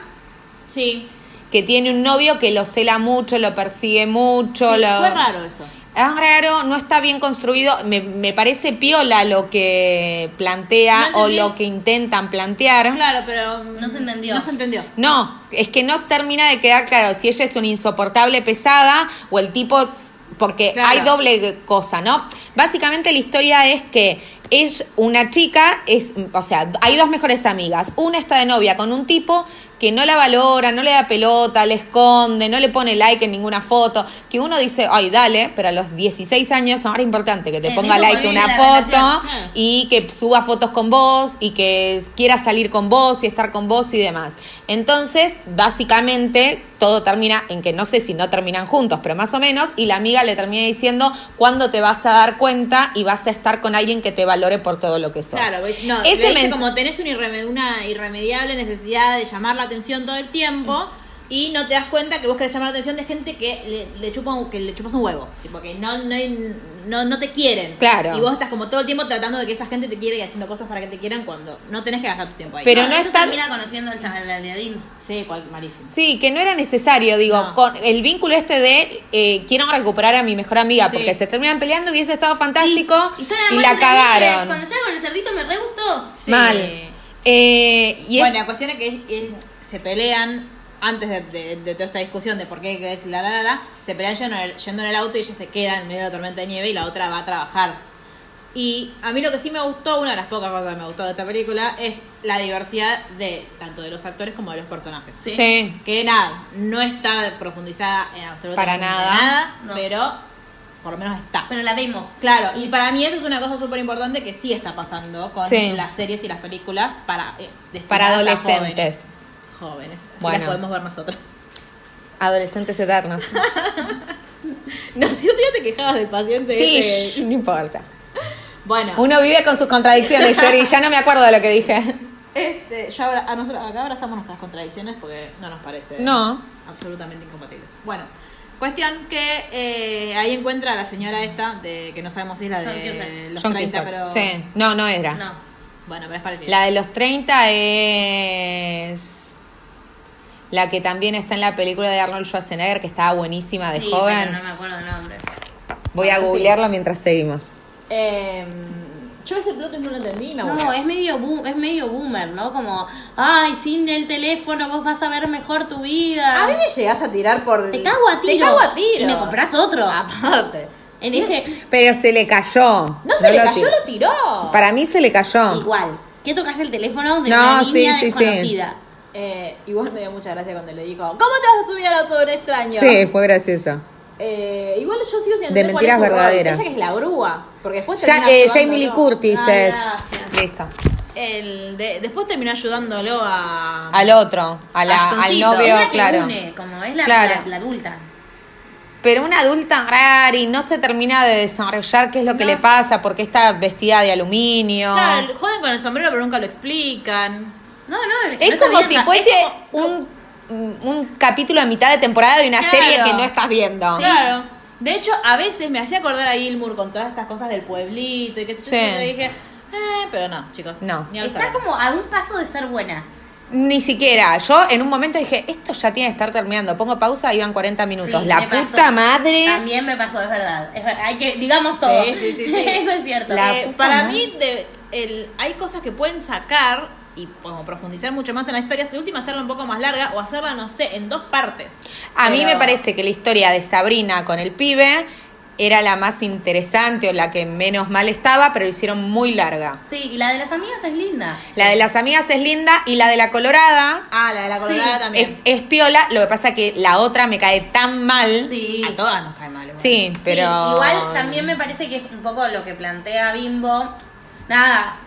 S1: Sí.
S2: que tiene un novio que lo cela mucho, lo persigue mucho.
S1: Sí,
S2: lo...
S1: Fue raro eso.
S2: Es raro, no está bien construido. Me, me parece piola lo que plantea
S1: No
S2: o
S1: entendí.
S2: lo que intentan plantear.
S1: Claro, pero. mm,
S3: No se entendió.
S1: No se entendió.
S2: No, es que no termina de quedar claro si ella es una insoportable pesada o el tipo. Porque
S1: Claro.
S2: hay doble cosa, ¿no? Básicamente la historia es que es una chica, es, o sea, hay dos mejores amigas. Una está de novia con un tipo que no la valora, no le da pelota, le esconde, no le pone like en ninguna foto. Que uno dice, ay, dale, pero a los 16 años ahora es importante que te
S3: El
S2: ponga
S3: mismo
S2: like a
S3: convive
S2: una
S3: la
S2: foto
S3: relación. Ah.
S2: y que suba fotos con vos y que quiera salir con vos y estar con vos y demás. Entonces, básicamente, todo termina en que no sé si no terminan juntos, pero más o menos, y la amiga le termina diciendo cuándo te vas a dar cuenta y vas a estar con alguien que te valore por todo lo que sos.
S1: Claro, pues, no,
S2: Ese
S1: le dice
S2: mens-
S1: como tenés una, irreme- una irremediable necesidad de llamar la atención todo el tiempo y no te das cuenta que vos querés llamar la atención de gente que le, le chupa un- que le chupas un huevo, tipo que no, no, no, no te quieren.
S2: Claro.
S1: Y vos estás como todo el tiempo tratando de que esa gente te quiera y haciendo cosas para que te quieran cuando no tenés que gastar tu tiempo ahí. Ah.
S2: Pero no
S3: eso
S2: es tan-
S3: termina conociendo al chaval al de Adil.
S1: Sí, cual, malísimo.
S2: Sí, que no era necesario, digo,
S1: No.
S2: con el vínculo este de eh, quiero recuperar a mi mejor amiga
S1: Sí.
S2: porque se terminan peleando, hubiese estado fantástico
S3: Y-
S2: y,
S3: están amando
S2: la
S1: ¿eh?
S3: entre ellas.
S2: cagaron.
S3: eh, Cuando llega con el cerdito me re gustó.
S1: Sí.
S2: Mal. Eh, y
S1: bueno,
S2: es-
S1: la cuestión es que es- es- se pelean antes de, de- de toda esta discusión de por qué crees la la la la, se pelean yendo en, el, yendo en el auto y ella se queda en medio de la tormenta de nieve y la otra va a trabajar. Y a mí lo que sí me gustó, una de las pocas cosas que me gustó de esta película, es la diversidad de tanto de los actores como de los personajes.
S2: sí.
S1: Que nada, no está profundizada en absolutamente
S2: Para nada.
S3: No.
S1: pero por lo menos está.
S3: Pero la vemos.
S1: Claro, y para mí eso es una cosa súper importante que sí está pasando con
S2: Sí.
S1: las series y las películas para, eh, destinadas
S2: para
S1: a
S2: adolescentes.
S1: Jóvenes. jóvenes. Así
S2: Bueno.
S1: las podemos ver nosotros. *laughs*
S2: Adolescentes eternos.
S1: No, si un día te quejabas del paciente.
S2: *laughs* sí,
S1: ese-
S2: shh, *laughs* no importa.
S1: Bueno,
S2: Uno vive con sus contradicciones, Yori, ya no me acuerdo de lo que dije.
S1: este, yo abra- a nosotros, acá abrazamos nuestras contradicciones porque no nos parece
S2: *laughs* No.
S1: absolutamente incompatibles. Bueno, cuestión que eh, ahí encuentra a la señora esta, de que no sabemos si es la
S3: John
S1: de
S3: Cusack.
S1: los
S2: John
S1: 30,
S2: Cusack.
S1: pero...
S2: Sí, no, no era.
S3: No.
S1: Bueno, pero es parecido.
S2: La de los 30 es la que también está en la película de Arnold Schwarzenegger, que estaba buenísima de
S3: Sí,
S2: joven.
S3: pero no me acuerdo el nombre.
S2: Voy a googlearla mientras seguimos.
S1: Eh, yo ese plot twist no lo entendí y me aburrió.
S3: No, es medio, bu- es medio boomer, ¿no? Como, ay, sin el teléfono vos vas a ver mejor tu vida.
S1: A mí me llegas a tirar por.
S3: Te cago a
S1: Te
S3: tiro.
S1: cago a tiro.
S3: Y me compras otro.
S1: Aparte.
S3: Ah, En ese,
S2: Pero se le cayó.
S1: No se le
S2: lo
S1: cayó,
S2: tiró.
S1: lo tiró.
S2: Para mí se le cayó.
S3: igual. ¿Qué tocas el teléfono de
S2: No,
S3: una
S2: sí,
S3: niña
S2: sí, sí.
S3: desconocida?
S1: Eh, igual me dio mucha gracia cuando le dijo: ¿Cómo te vas a subir al auto de un extraño?
S2: Sí, fue gracioso.
S1: Eh, igual yo sigo sin
S2: De
S1: entender cuál es
S2: mentiras
S1: su rol.
S2: verdaderas.
S1: Ella que es la grúa. Porque después
S2: Ya,
S1: termina
S2: eh,
S1: ayudándolo.
S2: Jamie Lee Curtis eh.
S3: Ah,
S2: es.
S3: gracias.
S2: Listo.
S1: El de- después terminó ayudándolo a.
S2: Al otro, a la- al
S1: Ashtoncito.
S2: novio,
S3: Es la que
S2: claro.
S3: une, como es la,
S2: Claro.
S3: la- la adulta.
S2: Pero una adulta rari no se termina de desarrollar qué es lo que le pasa, porque está vestida de aluminio.
S1: Claro, joden con el sombrero, pero nunca lo explican.
S3: No, no,
S2: Es
S3: no
S2: como
S3: sabía
S2: si
S3: esa-
S2: fuese
S3: es como-
S2: un, un capítulo a mitad de temporada de una
S1: Claro.
S2: serie que no estás viendo.
S1: Claro. De hecho, a veces me hacía acordar a Ilmur con todas estas cosas del pueblito y que se
S2: Sí.
S1: yo. Y yo dije, eh, pero no, chicos.
S2: No.
S1: Ni al
S3: Está
S1: carajo.
S3: como a un paso de ser buena.
S2: Ni siquiera. Yo en un momento dije, esto ya tiene que estar terminando. Pongo pausa, iban 40 minutos.
S3: Sí,
S2: la
S3: me pasó.
S2: puta madre.
S3: También me pasó, es verdad. Es verdad. Hay que, digamos todo.
S1: Sí, sí, sí,
S3: *laughs*
S1: sí.
S3: Eso es cierto.
S2: La
S1: Eh,
S2: puta
S1: para
S2: madre.
S1: mí, de- el- hay cosas que pueden sacar y como profundizar mucho más en la historia. De última, hacerla un poco más larga o hacerla, no sé, en dos partes.
S2: A mí
S1: Pero-
S2: me parece que la historia de Sabrina con el pibe era la más interesante o la que menos mal estaba, pero lo hicieron muy larga.
S3: Sí, y la de las amigas es linda.
S2: La de las amigas es linda y la de la colorada
S1: Ah, la de la colorada
S3: Sí.
S2: es,
S1: también.
S2: es piola. Lo que pasa que la otra me cae tan mal. Sí,
S3: Sí.
S1: A todas nos cae mal.
S2: pero...
S3: Sí, igual también me parece que es un poco lo que plantea Bimbo. Nada,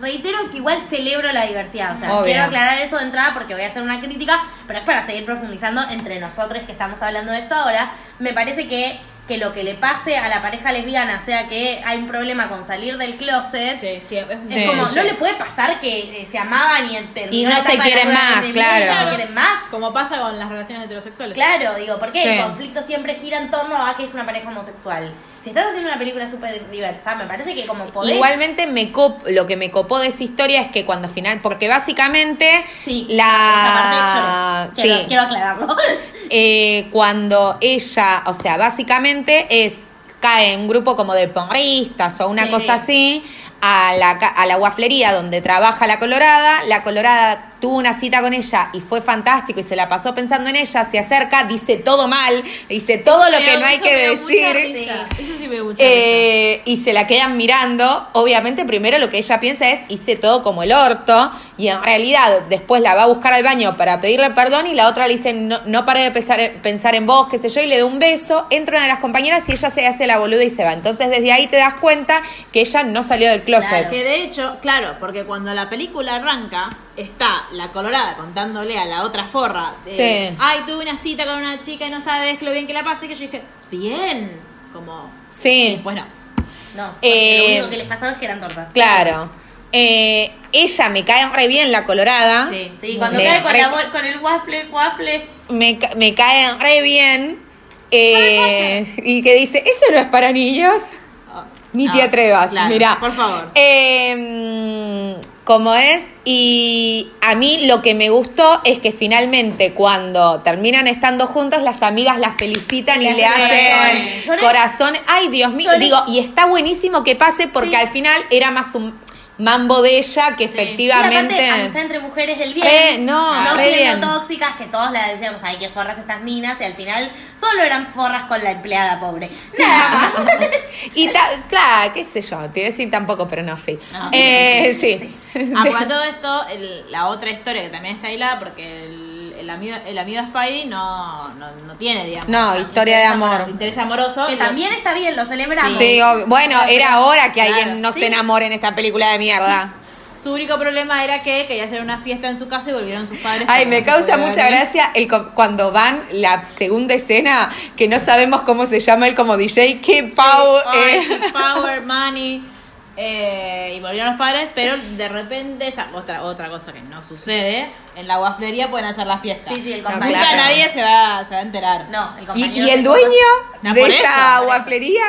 S3: reitero que igual celebro la diversidad. O sea,
S2: Obvio.
S3: quiero aclarar eso de entrada porque voy a hacer una crítica, pero es para seguir profundizando entre nosotros que estamos hablando de esto ahora. Me parece que, que lo que le pase a la pareja lesbiana, sea que hay un problema con salir del closet,
S1: Sí, sí, es-
S2: Sí.
S3: es como, no le puede pasar que eh, se amaban y entendían.
S2: Y no se quieren más, claro.
S3: No se quieren más.
S1: Como pasa con las relaciones heterosexuales.
S3: Claro, digo, porque
S2: Sí.
S3: el conflicto siempre gira en torno a que es una pareja homosexual. Si estás haciendo una película súper diversa, me parece que como podés...
S2: Igualmente me cop- lo que me copó de esa historia es que cuando final, porque básicamente
S3: Sí,
S2: la
S3: esa parte yo- quiero,
S2: sí,
S3: quiero aclararlo. *laughs*
S2: eh, cuando ella, o sea, básicamente es cae en un grupo como de porristas o una
S3: Sí.
S2: cosa así a la ca- a la guaflería donde trabaja la Colorada, la Colorada tuvo una cita con ella y fue fantástico y se la pasó pensando en ella, se acerca, dice todo mal, dice todo lo
S1: Pero
S2: que no hay
S1: eso
S2: que
S1: me dio mucha
S2: decir.
S1: risa. Eso sí me me gusta.
S2: Eh, y se la quedan mirando. Obviamente, primero lo que ella piensa es, hice todo como el orto. Y en realidad, después la va a buscar al baño para pedirle perdón. Y la otra le dice, no, no paré de pensar, pensar en vos, qué sé yo. Y le da un beso. Entra una de las compañeras y ella se hace la boluda y se va. Entonces, desde ahí te das cuenta que ella no salió del closet.
S3: Claro.
S1: Que de hecho, claro, porque cuando la película arranca, está la colorada contándole a la otra forra. de,
S2: Sí.
S1: Ay, tuve una cita con una chica y no sabes lo bien que la pasé. Que yo dije, bien. Como,
S2: Sí. *laughs*
S1: bueno.
S3: No, porque
S2: Eh,
S3: lo único que les pasaba es que eran tortas.
S2: Claro. Eh, ella me cae re bien la colorada.
S1: Sí.
S3: Sí, cuando
S2: Me
S3: cae con, la
S2: re-
S3: bol- con el waffle, waffle.
S2: Me, ca- me cae re bien. eh, y que dice, eso no es para niños. Ni te
S1: Ah,
S2: atrevas,
S1: claro,
S2: mirá.
S1: Por favor.
S2: Eh, como es, y a mí lo que me gustó es que finalmente cuando terminan estando juntos, las amigas las felicitan y,
S3: Le
S2: le
S3: hacen
S2: hacen
S3: corazones. Yo
S2: corazón.
S3: le-
S2: Ay, Dios mío,
S3: yo le-
S2: digo, y está buenísimo que pase porque
S3: Sí.
S2: al final era más un mambo de ella que
S3: Y aparte,
S2: efectivamente...
S3: amistad entre mujeres del bien.
S2: Re, no,
S3: no
S2: re
S3: siendo
S2: bien.
S3: tóxicas, que todos la decíamos, ay, qué forras estas minas, y al final solo eran forras con la empleada pobre. Nada más.
S2: *laughs* Y ta- claro, qué sé yo, te iba a decir tampoco, pero no, sí.
S1: No,
S2: Eh, sí.
S1: Ah, porque a todo esto, el- la otra historia que también está hilada, porque el, el amigo el amigo Spidey no, no, no tiene, digamos.
S2: No, historia de amor.
S1: Interés amoroso.
S3: que
S1: y lo-
S3: también está bien, lo celebramos.
S2: Sí, obvio. bueno, era hora que alguien
S1: Ah, Claro,
S2: no
S1: sí.
S2: se enamore en esta película
S1: *laughs*
S2: de mierda.
S1: Su único problema era que quería hacer una fiesta en su casa y volvieron sus padres.
S2: Ay,
S1: porque
S2: me
S1: no se
S2: causa
S1: podía
S2: mucha
S1: venir.
S2: gracia el co- cuando van la segunda escena, que no sabemos cómo se llama él como DJ, qué
S1: Sí,
S2: power.
S1: ay,
S2: eh.
S1: sí, *laughs* power, money. eh, y volvieron los padres, pero de repente, esa, otra, otra cosa que no sucede, en la guaflería pueden hacer la fiesta.
S3: Sí, sí, el
S2: No,
S3: compañero.
S1: Nunca
S2: claro.
S1: nadie se va, se va a enterar.
S3: No, el
S2: Y,
S3: compañero.
S2: y el
S3: de-
S2: dueño
S1: Ah,
S2: de
S1: por eso,
S2: esa
S1: por eso.
S2: guaflería.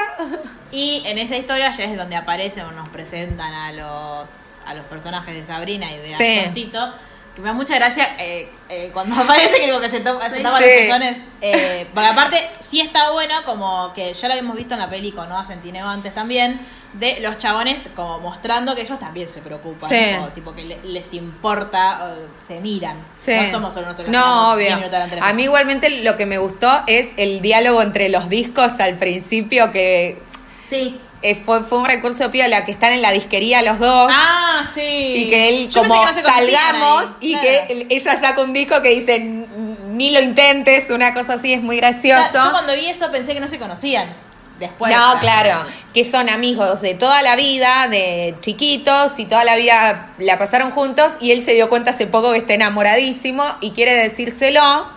S1: Y en esa historia ya es donde aparecen o nos presentan a los a los personajes de Sabrina y de
S2: Sí.
S1: Astorcito. Que me da mucha gracia eh, eh, cuando *laughs* aparece que, digo que se, to- se
S2: Sí.
S1: tapa
S2: Sí.
S1: los pezones. Eh, porque aparte sí está buena, como que ya lo habíamos visto en la peli con Noah Centineo antes también, de los chabones como mostrando que ellos también se preocupan.
S2: Sí.
S1: ¿no? tipo que le- les importa, eh, se miran.
S2: Sí.
S1: No somos solo nosotros. que
S2: No,
S1: estamos
S2: obvio.
S1: diez minutos delante de la
S2: A mí
S1: pantalla.
S2: igualmente lo que me gustó es el diálogo entre los discos al principio, que
S3: Sí.
S2: eh, fue, fue un recurso piola, que están en la disquería los dos.
S1: Ah, sí.
S2: Y que él,
S1: Yo pensé
S2: como
S1: que no se conocían
S2: salgamos,
S1: ahí.
S2: y
S1: Claro.
S2: que él- ella saca un disco que dice, ni lo intentes, una cosa así, es muy gracioso.
S1: Yo cuando vi eso pensé que no se conocían. Después.
S2: no, claro, que son amigos de toda la vida, de chiquitos, y toda la vida la pasaron juntos, y él se dio cuenta hace poco que está enamoradísimo y quiere decírselo,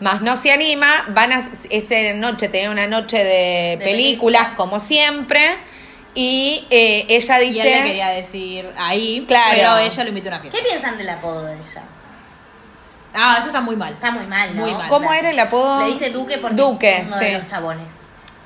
S2: más no se anima, van a esa noche, tener una noche de,
S3: De
S2: películas,
S3: películas.
S2: como siempre, y eh, ella
S1: Y
S2: dice...
S1: él le quería decir ahí,
S2: Claro.
S1: pero ella lo invitó a una
S3: ¿Qué
S1: fiesta.
S3: piensan del apodo de ella?
S1: Ah, eso está muy mal.
S3: Está muy mal, ¿no?
S1: Muy mal.
S2: ¿Cómo era el apodo?
S3: Le dice Duque porque
S2: Duque,
S3: es uno
S2: sí.
S3: de los chabones. *laughs*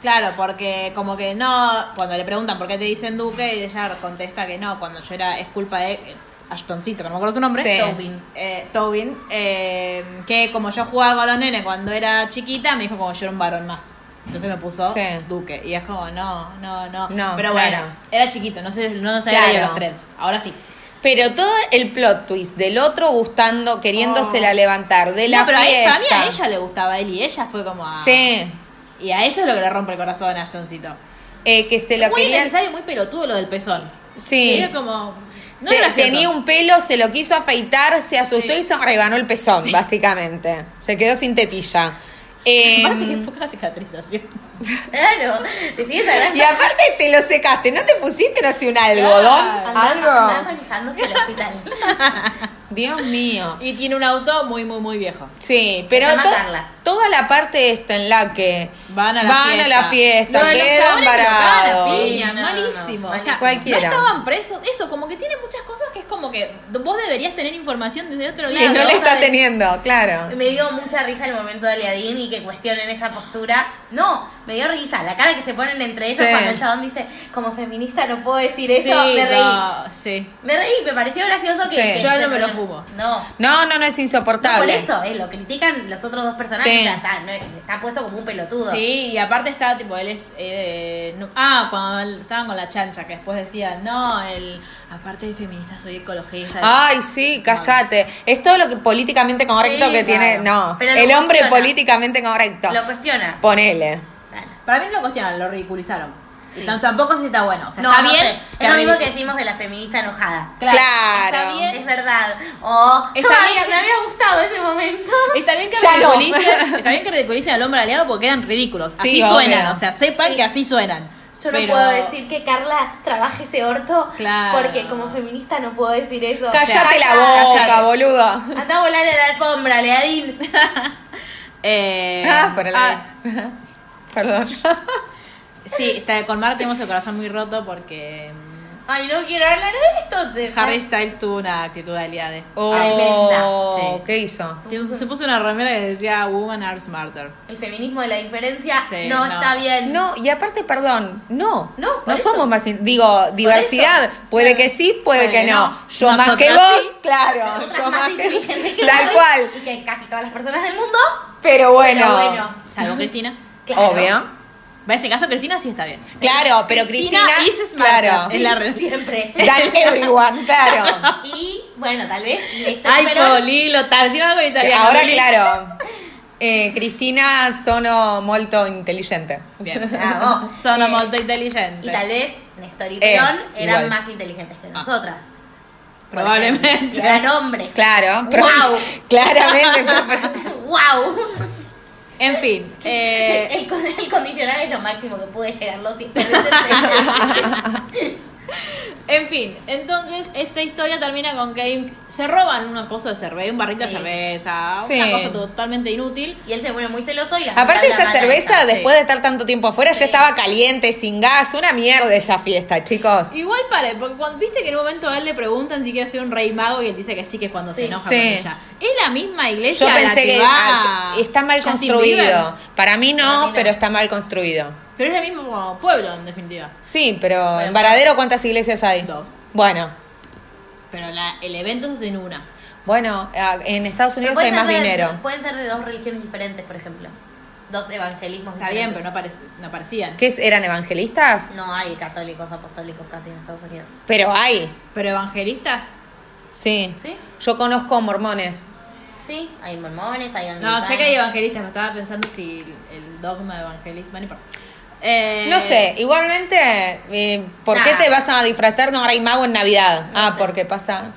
S1: Claro, porque como que no, cuando le preguntan por qué te dicen Duque, ella contesta que no, cuando yo era, es culpa de eh, Ashtoncito, que no me acuerdo tu nombre.
S2: Sí.
S3: Tobin.
S1: Eh, Tobin, eh, que como yo jugaba con los nenes cuando era chiquita, me dijo como yo era un varón más. Entonces me puso
S2: Sí.
S1: Duque. Y es como, no, no, no.
S2: No,
S1: Pero bueno,
S2: claro.
S1: era chiquito, no sé, no sabía
S2: Claro.
S1: leer los trends. Ahora sí.
S2: Pero todo el plot twist del otro gustando, queriéndosela
S1: Oh.
S2: levantar, de la
S1: no, pero a él-
S2: fiesta.
S1: para mí a ella le gustaba él y ella fue como a...
S2: Sí.
S1: Y a eso es lo que le rompe el corazón a Ashtoncito.
S2: Eh, que se lo
S1: muy
S2: quería.
S1: necesario, muy pelotudo lo del pezón.
S2: Sí.
S1: Era como... No
S2: Se-
S1: es gracioso.
S2: tenía un pelo, se lo quiso afeitar, se asustó
S1: Sí.
S2: y se rebanó el pezón, básicamente. Se quedó sin tetilla.
S1: *laughs*
S2: Eh,
S1: Aparte que poca cicatrización.
S3: Claro. Te sigues hablando.
S2: y aparte te lo secaste, ¿no te pusiste, no sé, un algodón?
S3: Andá- andá
S2: Algo.
S3: manejándose al hospital.
S2: Dios mío.
S1: Y tiene un auto muy, muy, muy viejo.
S2: Sí, pero
S3: llama
S2: to-
S3: Carla.
S2: toda la parte esta en la que
S1: Van a la fiesta.
S2: la fiesta,
S1: Lo de los
S2: quedan
S1: chabones que lo cagan a
S2: varados.
S1: piña,
S3: No, no, no.
S1: malísimo. O sea,
S3: Malísimo.
S2: Cualquiera.
S1: No estaban presos. Eso, como que tiene muchas cosas que es como que vos deberías tener información desde otro lado.
S2: Que no le está
S3: ¿sabes?
S2: teniendo, claro.
S3: Me dio mucha risa el momento de Leadín y que cuestionen esa postura. No, me dio risa la cara que se ponen entre ellos
S2: Sí.
S3: cuando el chabón dice, como feminista no puedo decir eso,
S1: Sí,
S3: me reí.
S1: no, sí.
S3: Me reí, me pareció gracioso
S2: Sí.
S3: que... que
S1: Yo
S3: se
S1: no me lo
S3: ponen-
S1: fumo.
S3: No.
S2: No, no, no es
S3: No, por
S2: insoportable.
S3: eso, eh, lo critican los otros dos personajes,
S2: Sí.
S3: ya está, no es- está puesto como un pelotudo.
S1: Sí, y aparte estaba tipo, él es... eh, no- ah, cuando él- estaban con la chancha, que después decían, no, el, aparte de feminista soy ecologista.
S2: Ay, sí, cállate. Es todo lo que políticamente correcto
S3: Sí,
S2: que tiene.
S3: claro.
S2: No,
S3: Pero lo
S2: el hombre
S3: cuestiona.
S2: políticamente correcto.
S3: Lo cuestiona.
S2: Ponele.
S3: Claro.
S1: Para mí no lo cuestionaron, lo ridiculizaron. Entonces, tampoco si está bueno. O sea,
S3: No,
S1: está
S3: no
S1: bien.
S3: sé. Es
S1: está
S3: lo mismo que
S1: bien.
S3: decimos de la feminista enojada.
S1: Claro.
S2: Claro.
S1: Está bien.
S3: Es verdad. O yo
S1: Está
S3: me había-
S1: bien.
S3: me había gustado
S1: *laughs*
S3: ese momento.
S1: Está bien que
S2: Ya no.
S1: ridiculicen, está bien que ridiculicen al hombre aliado porque quedan ridículos. Así
S2: Sí,
S1: suenan,
S2: obvio.
S1: o sea, sepan que así suenan. Pero-
S3: Yo no puedo decir que Carla trabaje ese orto
S1: Claro.
S3: porque como feminista no puedo decir eso.
S2: Cállate
S3: *laughs*
S2: la
S3: Calla.
S2: boca,
S1: cállate.
S2: boludo.
S3: Andá a volar en la alfombra, Leadín.
S1: *laughs* Eh,
S2: Ah, por el
S1: ah,
S2: *laughs* Perdón.
S1: Sí, está- con Mar tenemos el corazón muy roto porque mm,
S3: Ay, no quiero hablar de esto. De
S1: Harry Styles tuvo una actitud Ah, aliada.
S2: Oh,
S1: sí.
S2: ¿qué hizo?
S1: Te- Se puso una remera que decía Women are smarter.
S3: El feminismo de la diferencia
S1: Sí,
S3: no,
S1: no.
S3: está bien.
S2: No, y aparte, perdón, no.
S3: No, por
S2: no
S3: eso.
S2: somos más. in- Digo, diversidad. puede que sí, puede,
S1: Puede
S2: que
S1: que
S2: no.
S1: no.
S2: Yo más que
S1: Nosotras
S2: vos,
S1: sí.
S2: claro.
S3: Nosotras
S2: Yo
S3: más
S2: más que.
S3: inteligentes
S2: *laughs*
S3: que
S2: Tal
S3: todas
S2: cual.
S3: Y que casi todas las personas del mundo.
S2: Pero bueno.
S3: Pero bueno.
S1: Salvo Cristina.
S3: Claro.
S2: Obvio.
S1: En este caso, Cristina sí está bien.
S2: Claro, pero Cristina.
S1: is smarter.
S2: claro.
S1: Es la re-
S2: *laughs*
S3: Siempre.
S2: Dan everyone, claro.
S3: Y bueno, tal vez. Esta
S1: Ay,
S3: pero-
S1: Polilo, tal. Si algo en italiano.
S2: Ahora,
S1: Luli.
S2: claro. Eh, Cristina sono molto intelligente.
S1: *laughs* Bien.
S3: Bravo.
S1: Sono
S3: Eh,
S1: molto intelligente.
S3: Y tal vez Nestor y Perón
S2: Eh,
S3: eran
S2: igual.
S3: más inteligentes que
S1: Ah.
S3: nosotras.
S1: Probablemente.
S3: Y eran hombres.
S2: Claro, pero-
S3: Guau.
S2: claramente. pero-
S3: *laughs* ¡Wow!
S1: En fin. eh,
S3: El, con- el condicional es lo máximo que pude llegarlo sin
S1: *laughs* En fin, entonces esta historia termina con que hay un- se roban un coso de cerveza, un barrito
S3: Sí.
S1: de cerveza,
S2: Sí.
S1: una cosa totalmente inútil.
S3: Y él se pone muy celoso y
S2: Aparte
S3: arranca
S2: esa
S3: la
S2: cerveza,
S3: matanza.
S1: sí.
S2: después de estar tanto tiempo afuera,
S3: Sí.
S2: ya estaba caliente, sin gas, una mierda esa fiesta, chicos.
S1: Igual para, porque cuando, viste que en un momento a él le preguntan si quiere ser un rey mago y él dice que sí, que es cuando se
S3: Sí.
S1: enoja
S2: Sí.
S1: con ella. Es la misma
S2: Yo
S1: iglesia. a la
S2: pensé que
S1: va
S2: ah, yo- está mal
S1: Justin
S2: construido.
S1: Bieber.
S2: Para mí
S3: Para mí
S2: no,
S3: no.
S2: pero está mal construido.
S1: Pero es el mismo como pueblo, en definitiva.
S2: Sí, pero en Varadero ¿cuántas iglesias hay?
S1: Dos.
S2: Bueno,
S1: Pero la- el evento se hace en una.
S2: bueno, ah, en Estados
S3: Pero
S2: Unidos hay
S3: pueden
S2: más
S3: ser de-
S2: dinero.
S3: Pueden ser de dos religiones diferentes, por ejemplo. Dos evangelismos
S1: Está bien, pero no, parec- no parecían.
S2: ¿Qué es- eran evangelistas?
S3: no hay católicos apostólicos casi en Estados Unidos.
S2: Pero hay.
S1: Pero evangelistas.
S2: Sí.
S3: ¿Sí?
S2: Yo conozco mormones.
S3: Sí, hay mormones, hay
S1: No,
S3: anglicanos.
S1: sé que hay evangelistas, me estaba pensando si el dogma de evangelista. Bueno, no importa. Eh,
S2: No sé, igualmente, eh, ¿por
S3: nah.
S2: qué te vas a disfrazar de un rey mago en Navidad? ah, porque pasa.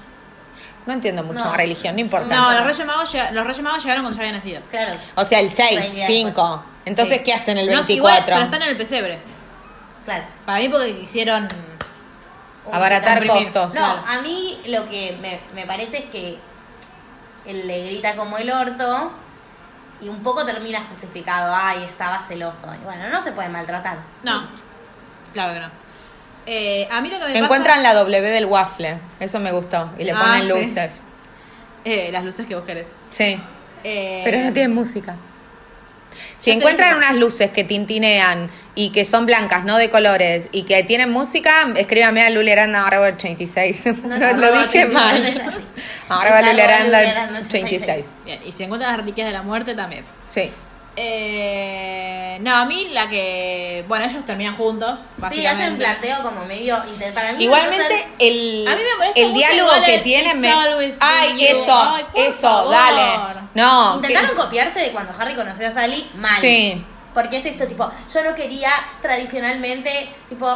S2: No entiendo mucho
S3: No.
S2: religión, no importa.
S1: No, los Reyes Magos, llega- los Reyes Magos llegaron cuando ya había nacido.
S3: Claro.
S2: O sea, el 6,
S3: Veinte días
S2: 5. Entonces,
S3: Sí.
S2: ¿qué hacen el
S1: pues. No, igual,
S2: 24?
S1: pero están en el pesebre.
S3: Claro.
S1: Para mí porque quisieron...
S3: Un-
S2: Abaratar
S1: Comprimir.
S2: costos.
S3: No, a mí lo que me, me parece es que él le grita como el orto y un poco termina justificado. Ay, estaba celoso. Y bueno, no se puede maltratar.
S1: No, claro que no. Eh, a mí lo que me
S2: Encuentran
S1: pasa...
S2: la W del waffle. Eso me gustó. Y le
S1: Ah,
S2: ponen
S1: sí.
S2: luces.
S1: Eh, las luces que vos querés.
S2: Sí.
S1: Eh,
S2: Pero no tienen música. Si
S1: Ya te
S2: encuentran
S1: dije.
S2: unas luces que tintinean y que son blancas, no de colores, y que tienen música, escríbame a Luli Aranda arroba 86. *laughs* No, lo
S1: arroba
S2: dije
S1: 86.
S2: mal.
S1: *laughs*
S2: Arroba Luli
S3: Arroba Luli
S2: Aranda
S3: Aranda
S2: 86.
S1: Bien, y si encuentran las reliquias de la muerte también.
S2: Sí.
S1: Eh, no, a mí la que... Bueno, ellos terminan juntos,
S3: Sí, hace un
S1: básicamente.
S3: planteo como medio. inte- Para mí
S2: Igualmente,
S3: no
S2: el,
S1: A mí me molesta
S2: el
S1: mucho
S2: diálogo
S1: igual
S2: que
S1: el
S2: tiene
S1: It's
S2: me.
S1: always
S2: Ay,
S1: been you.
S2: eso,
S1: Ay, por
S2: eso,
S1: favor.
S2: dale. No.
S3: Intentaron
S2: que-
S3: copiarse de cuando Harry conoció a Sally mal.
S2: Sí.
S3: Porque es esto, tipo, yo no quería tradicionalmente, tipo,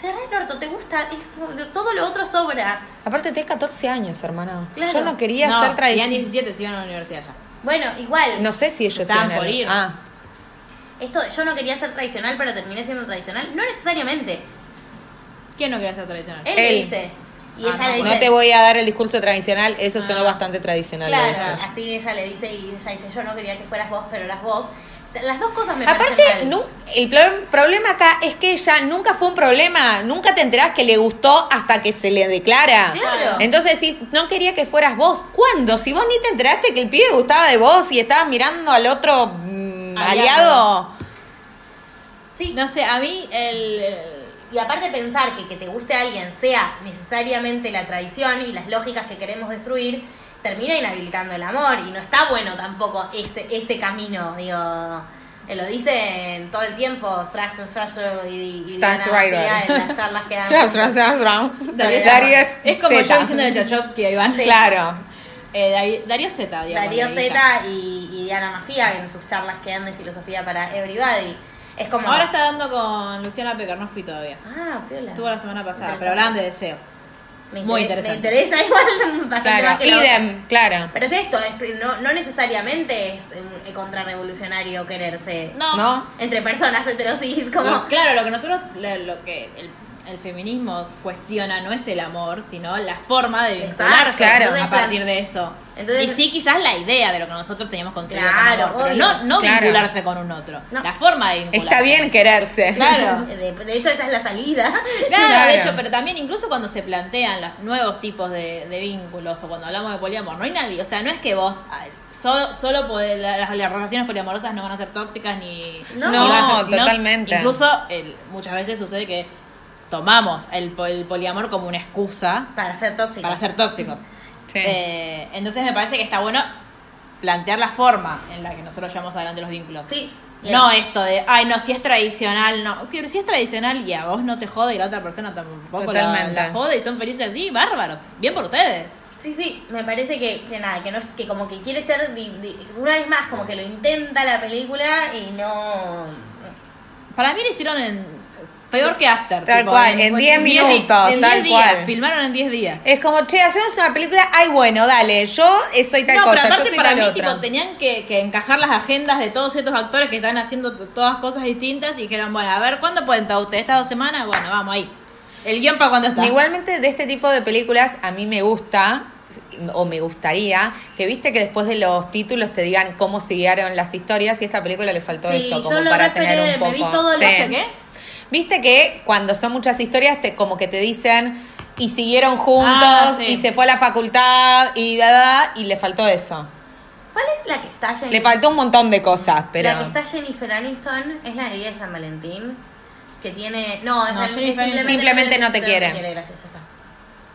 S3: cerrar el orto, te gusta, eso, todo lo otro sobra.
S2: Aparte, tenés 14 años, hermana.
S3: Claro.
S2: Yo no quería
S1: no,
S2: ser
S1: Tenían
S2: tradicional.
S1: 17, se iban a la universidad ya.
S3: Bueno, igual.
S2: No sé si ellos
S1: Estaban
S2: iban a-
S1: por ir.
S2: Ah.
S3: Esto, de yo no quería ser tradicional, pero terminé siendo tradicional. No necesariamente.
S1: ¿Quién no quería ser tradicional?
S3: Él, le
S2: Él.
S3: dice. Y
S1: Ah,
S3: ella le
S1: no,
S3: dice.
S2: No te voy a dar el discurso tradicional, eso sonó
S1: Ah.
S2: bastante tradicional.
S3: Claro,
S2: eso.
S3: así ella le dice y ella dice, yo no quería que fueras vos, pero eras vos. Las dos cosas me
S2: Aparte,
S3: parecen mal.
S2: nu- el pro- problema acá es que ella nunca fue un problema, nunca te enterás que le gustó hasta que se le declara.
S3: Claro.
S2: Entonces decís, no quería que fueras vos. ¿Cuándo? Si vos ni te enteraste que el pibe gustaba de vos y estabas mirando al otro
S1: Aliado.
S2: mm, aliado.
S3: Sí.
S1: No sé, a mí el... el-
S3: Y aparte pensar que que te guste a alguien sea necesariamente la tradición y las lógicas que queremos destruir, termina inhabilitando el amor. Y no está bueno tampoco ese, ese camino, digo... eh, Lo dicen todo el tiempo, Strass, Strass y, y
S2: Stan
S3: Diana
S2: Schreiber.
S3: García en las charlas que dan.
S2: Zas, zas, zas, zas.
S3: Darío
S2: Darío
S1: Es como
S2: Zeta.
S1: yo diciéndole a Chachovsky a Iván.
S2: Claro.
S1: Eh, Dari- Darío Z, digamos.
S3: Darío
S1: Darío
S3: Zeta y, y Diana Mafia en sus charlas que dan de filosofía para Everybody. Es como.
S1: Ahora está dando con Luciana Pecker, no fui todavía.
S3: Ah, piola.
S1: Estuvo la semana pasada,
S3: Interesante.
S1: pero hablaban de deseo.
S3: Me
S1: Muy
S3: interesa-
S1: interesante.
S3: Me interesa *laughs* igual bastante más
S2: Claro,
S3: que la otra.
S2: idem, claro.
S3: Pero es esto, es- no, no necesariamente es eh, contrarrevolucionario quererse.
S1: No.
S2: No.
S3: Entre personas heterosis, *laughs* como.
S1: Lo- claro, lo que nosotros, lo, lo que el, el feminismo cuestiona no es el amor, sino la forma de
S3: Exacto,
S1: vincularse
S2: claro.
S1: a partir de eso.
S3: Entonces-
S1: y sí, quizás la idea de lo que nosotros teníamos considerado
S3: Claro,
S1: como amor, pero
S3: obvio.
S1: no, no
S2: Claro.
S1: vincularse con un otro.
S3: No.
S1: La forma de vincularse.
S2: Está bien quererse.
S1: Claro.
S3: *laughs* De, de hecho, esa es la salida. *laughs*
S1: Claro,
S2: Claro.
S1: de hecho, pero también incluso cuando se plantean los nuevos tipos de, de vínculos o cuando hablamos de poliamor, no hay nadie, o sea, no es que vos ah, solo, solo podés- la- las, las relaciones poliamorosas no van a ser tóxicas ni...
S3: No.
S1: ni
S3: No,
S1: van a ser- sino
S2: totalmente.
S1: Incluso el- muchas veces sucede que tomamos el, po- el poliamor como una excusa
S3: Para ser tóxica.
S1: para ser tóxicos.
S2: Sí.
S1: Eh, entonces me parece que está bueno plantear la forma en la que nosotros llevamos adelante los vínculos.
S3: Sí. Y
S1: No
S3: ahí-
S1: esto de, ay, no, si es tradicional, no. Pero si es tradicional y a vos no te jode y la otra persona tampoco la,
S2: Totalmente.
S1: la jode y son felices así, bárbaro. Bien por ustedes.
S3: Sí, sí, me parece que, que nada, que no es- que como que quiere ser di- di- una vez más, como que lo intenta la película y no
S1: Para mí lo hicieron en peor que After.
S2: Tal cual, en
S1: di-
S2: 10 minutos,
S1: en 10
S2: tal
S1: días,
S2: cual.
S1: filmaron en 10 días.
S2: Es como, che, hacemos una película, ay, bueno, dale, yo eh, soy tal
S1: no,
S2: cosa,
S1: pero
S2: yo
S1: aparte
S2: soy
S1: para
S2: tal
S1: mí
S2: otra.
S1: tipo, tenían que, que encajar las agendas de todos estos actores que están haciendo t- todas cosas distintas y dijeron, bueno, a ver, ¿cuándo pueden estar ustedes? ¿Estas dos semanas? Bueno, vamos ahí. El guión para cuando está.
S2: Igualmente de este tipo de películas a mí me gusta o me gustaría que viste que después de los títulos te digan cómo siguieron las historias y a esta película le faltó
S3: Sí,
S2: eso
S3: yo
S2: como
S3: lo
S2: para
S3: re esperé,
S2: tener un poco
S3: me vi todo el
S2: Sí.
S3: no sé
S1: qué.
S2: viste que cuando son muchas historias te como que te dicen y siguieron juntos
S1: Ah, sí.
S2: y se fue a la facultad y da, da, y le faltó eso
S3: ¿Cuál es la que está Jennifer?
S2: le faltó un montón de cosas pero
S3: La que está Jennifer Aniston es la de Día de San Valentín, que tiene no, es
S1: No,
S3: la-
S1: Jennifer
S3: es simplemente,
S1: Aniston-
S2: Simplemente no te quiere.
S3: gracias, ya está.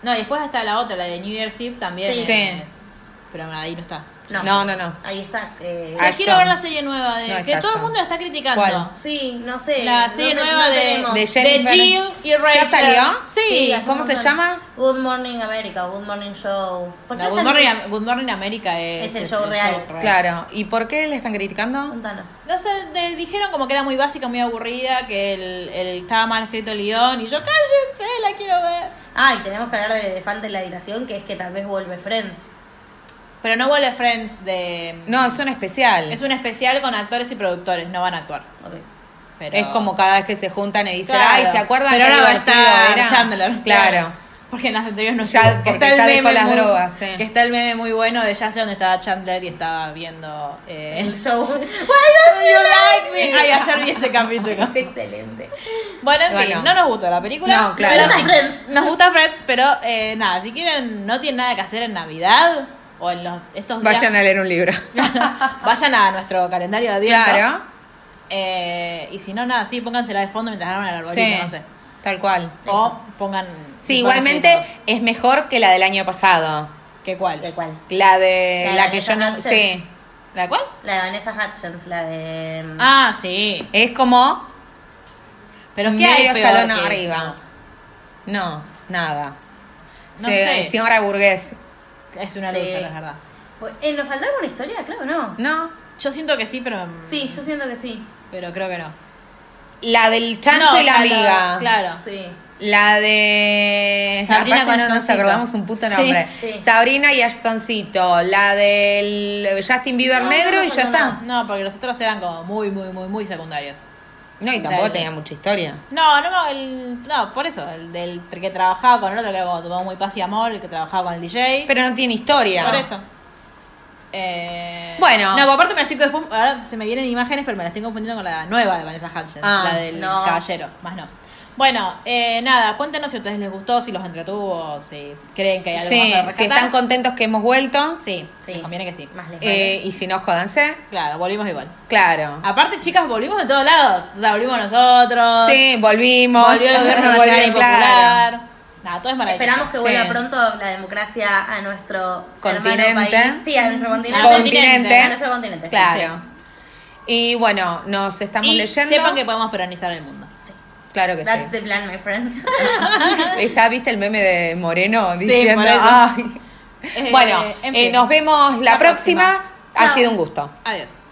S1: No, y después está la otra, la de New Year's Eve también.
S3: Sí.
S1: es- Pero ahí no está.
S3: No.
S2: no no Ah. no
S3: Ahí está eh,
S1: O sea,
S2: Ashton.
S1: quiero ver la serie nueva de
S2: No,
S1: que
S2: exacto.
S1: todo el mundo la está criticando.
S2: ¿Cuál?
S3: Sí, no sé.
S1: La
S3: no
S1: serie
S3: te-
S1: nueva
S3: no
S1: de-
S3: tenemos.
S2: de
S1: De
S2: Jennifer
S1: Jill y
S2: ya
S1: Rachel.
S2: salió
S1: Sí,
S3: hace
S2: cómo
S3: un
S2: se
S3: montón.
S2: llama
S3: Good Morning America, Good Morning Show. ¿Por qué
S1: No, Good,
S3: están-
S1: Morning, Am- Good Morning America es,
S3: Es el show real.
S2: claro y por qué le están criticando
S3: Contanos.
S1: No sé, de- dijeron como que era muy básica, muy aburrida, que el, el- estaba mal escrito el guión y yo, cállense, la quiero ver.
S3: Ah, y tenemos que hablar del elefante en la habitación, que es que tal vez vuelve Friends.
S1: Pero no vuelve Friends de...
S2: no es un especial
S1: Es un especial con actores y productores, no van a actuar.
S3: Ok.
S1: Pero...
S2: Es como cada vez que se juntan y dicen,
S1: Claro.
S2: ay, ¿se acuerdan
S1: Pero
S2: qué
S1: ahora va a
S2: divertido
S1: estar
S2: era?"
S1: Chandler.
S2: Claro.
S1: Porque en las anteriores no
S2: Ya-
S1: estuvo,
S2: porque ya dejó las
S1: muy-
S2: drogas, sí.
S1: Que está el meme muy bueno de ya sé dónde estaba Chandler y estaba viendo eh,
S3: El
S2: *laughs*
S3: show.
S1: You like me. Ay, ayer vi ese capítulo.
S3: es excelente.
S1: Bueno, en
S2: Bueno.
S1: fin, no nos gustó la película.
S2: No, claro.
S1: Pero
S2: Nos
S1: sí,
S3: gusta Friends.
S1: Nos gusta Friends, pero eh, nada, si quieren, no tienen nada que hacer en Navidad o en los, estos días.
S2: Vayan a leer un libro. *laughs*
S1: *laughs* vayan a nuestro calendario de día.
S2: claro.
S1: y si no, nada, sí, póngansela de fondo mientras arman el arbolito,
S2: Sí.
S1: no sé.
S2: Tal cual.
S1: O pongan.
S2: Sí,
S1: pongan
S2: igualmente
S1: fritos.
S2: es mejor que la del año pasado.
S1: ¿Qué cuál?
S3: ¿De cuál?
S2: La de.
S3: La de
S2: La, que
S3: Vanessa
S2: yo no.
S3: Hudgens.
S2: Sí.
S1: ¿La cual?
S3: La de Vanessa Hutchins, la
S2: Mm.
S3: de. mm,
S1: Ah, sí.
S2: Es como
S1: Pero ¿qué hay
S2: medio
S1: peor
S2: escalón
S1: que
S2: arriba. No, nada.
S1: No
S2: Se-
S1: sé.
S2: Señora burgués.
S1: eso? Es una
S3: Sí.
S1: luz, es verdad.
S3: Eh, ¿Nos faltó alguna historia? Creo que no.
S2: No.
S1: Yo siento que sí, pero. mm,
S3: Sí, yo siento que sí.
S1: Pero creo que no.
S2: La del chancho
S1: No, o
S2: y la
S1: sea,
S2: amiga.
S1: claro.
S3: Sí.
S2: La de.
S1: Sabrina
S2: Aparte
S1: con
S2: no nos
S1: Ashtoncito.
S2: acordamos un puto
S1: Sí.
S2: nombre.
S3: Sí.
S2: Sabrina y Ashtoncito. La del Justin Bieber
S3: No,
S2: negro
S3: no me
S2: y ya
S3: acuerdo
S2: está.
S1: No, porque los otros eran como muy, muy, muy, muy secundarios.
S2: No, y
S1: O sea,
S2: tampoco
S1: el-
S2: tenía mucha historia.
S1: No, no, no, el, no, por eso. El del que trabajaba con el otro, que era como tomó muy paz y amor, el que trabajaba con el DJ.
S2: Pero no tiene historia.
S1: por eso. Eh,
S2: Bueno.
S1: No, aparte me las estoy después, ahora se me vienen imágenes, pero me las estoy confundiendo con la nueva de Vanessa Hudgens,
S2: Ah,
S1: la del
S3: no.
S1: caballero, más no. Bueno, eh, nada, cuéntenos si a ustedes les gustó, si los entretuvo, si creen que hay algo
S2: Sí,
S1: más para
S2: si
S1: rescatar.
S2: están contentos que hemos vuelto.
S1: Sí,
S3: Sí.
S1: les conviene que sí.
S3: Más les vale.
S2: Eh, y si no, jódanse.
S1: Claro, volvimos igual.
S2: Claro.
S1: Aparte, chicas, volvimos de todos lados. O sea, volvimos nosotros.
S2: Sí, volvimos.
S1: Volvió el gobierno
S2: Volvió,
S1: nacional
S2: claro.
S1: popular. Nada, todo es maravilloso.
S3: Esperamos que vuelva
S2: Sí.
S3: pronto la democracia a nuestro
S2: Continente.
S3: hermano país. Sí, a nuestro continente.
S1: Al
S2: continente.
S3: A nuestro continente. sí,
S2: Claro. Y bueno, nos estamos
S1: y
S2: leyendo.
S1: sepan que podemos peronizar el mundo.
S2: Claro
S3: sí.
S2: que
S3: That's
S2: sí.
S3: the plan, my friends.
S2: *laughs* Está, viste el meme de Moreno
S1: Sí,
S2: diciendo,
S1: por eso.
S2: "Ay".
S1: Eh,
S2: Bueno,
S1: en
S2: eh,
S1: fin.
S2: nos vemos la,
S1: La
S2: próxima.
S1: próxima.
S2: Ha
S3: Chao.
S2: sido un gusto.
S1: Adiós.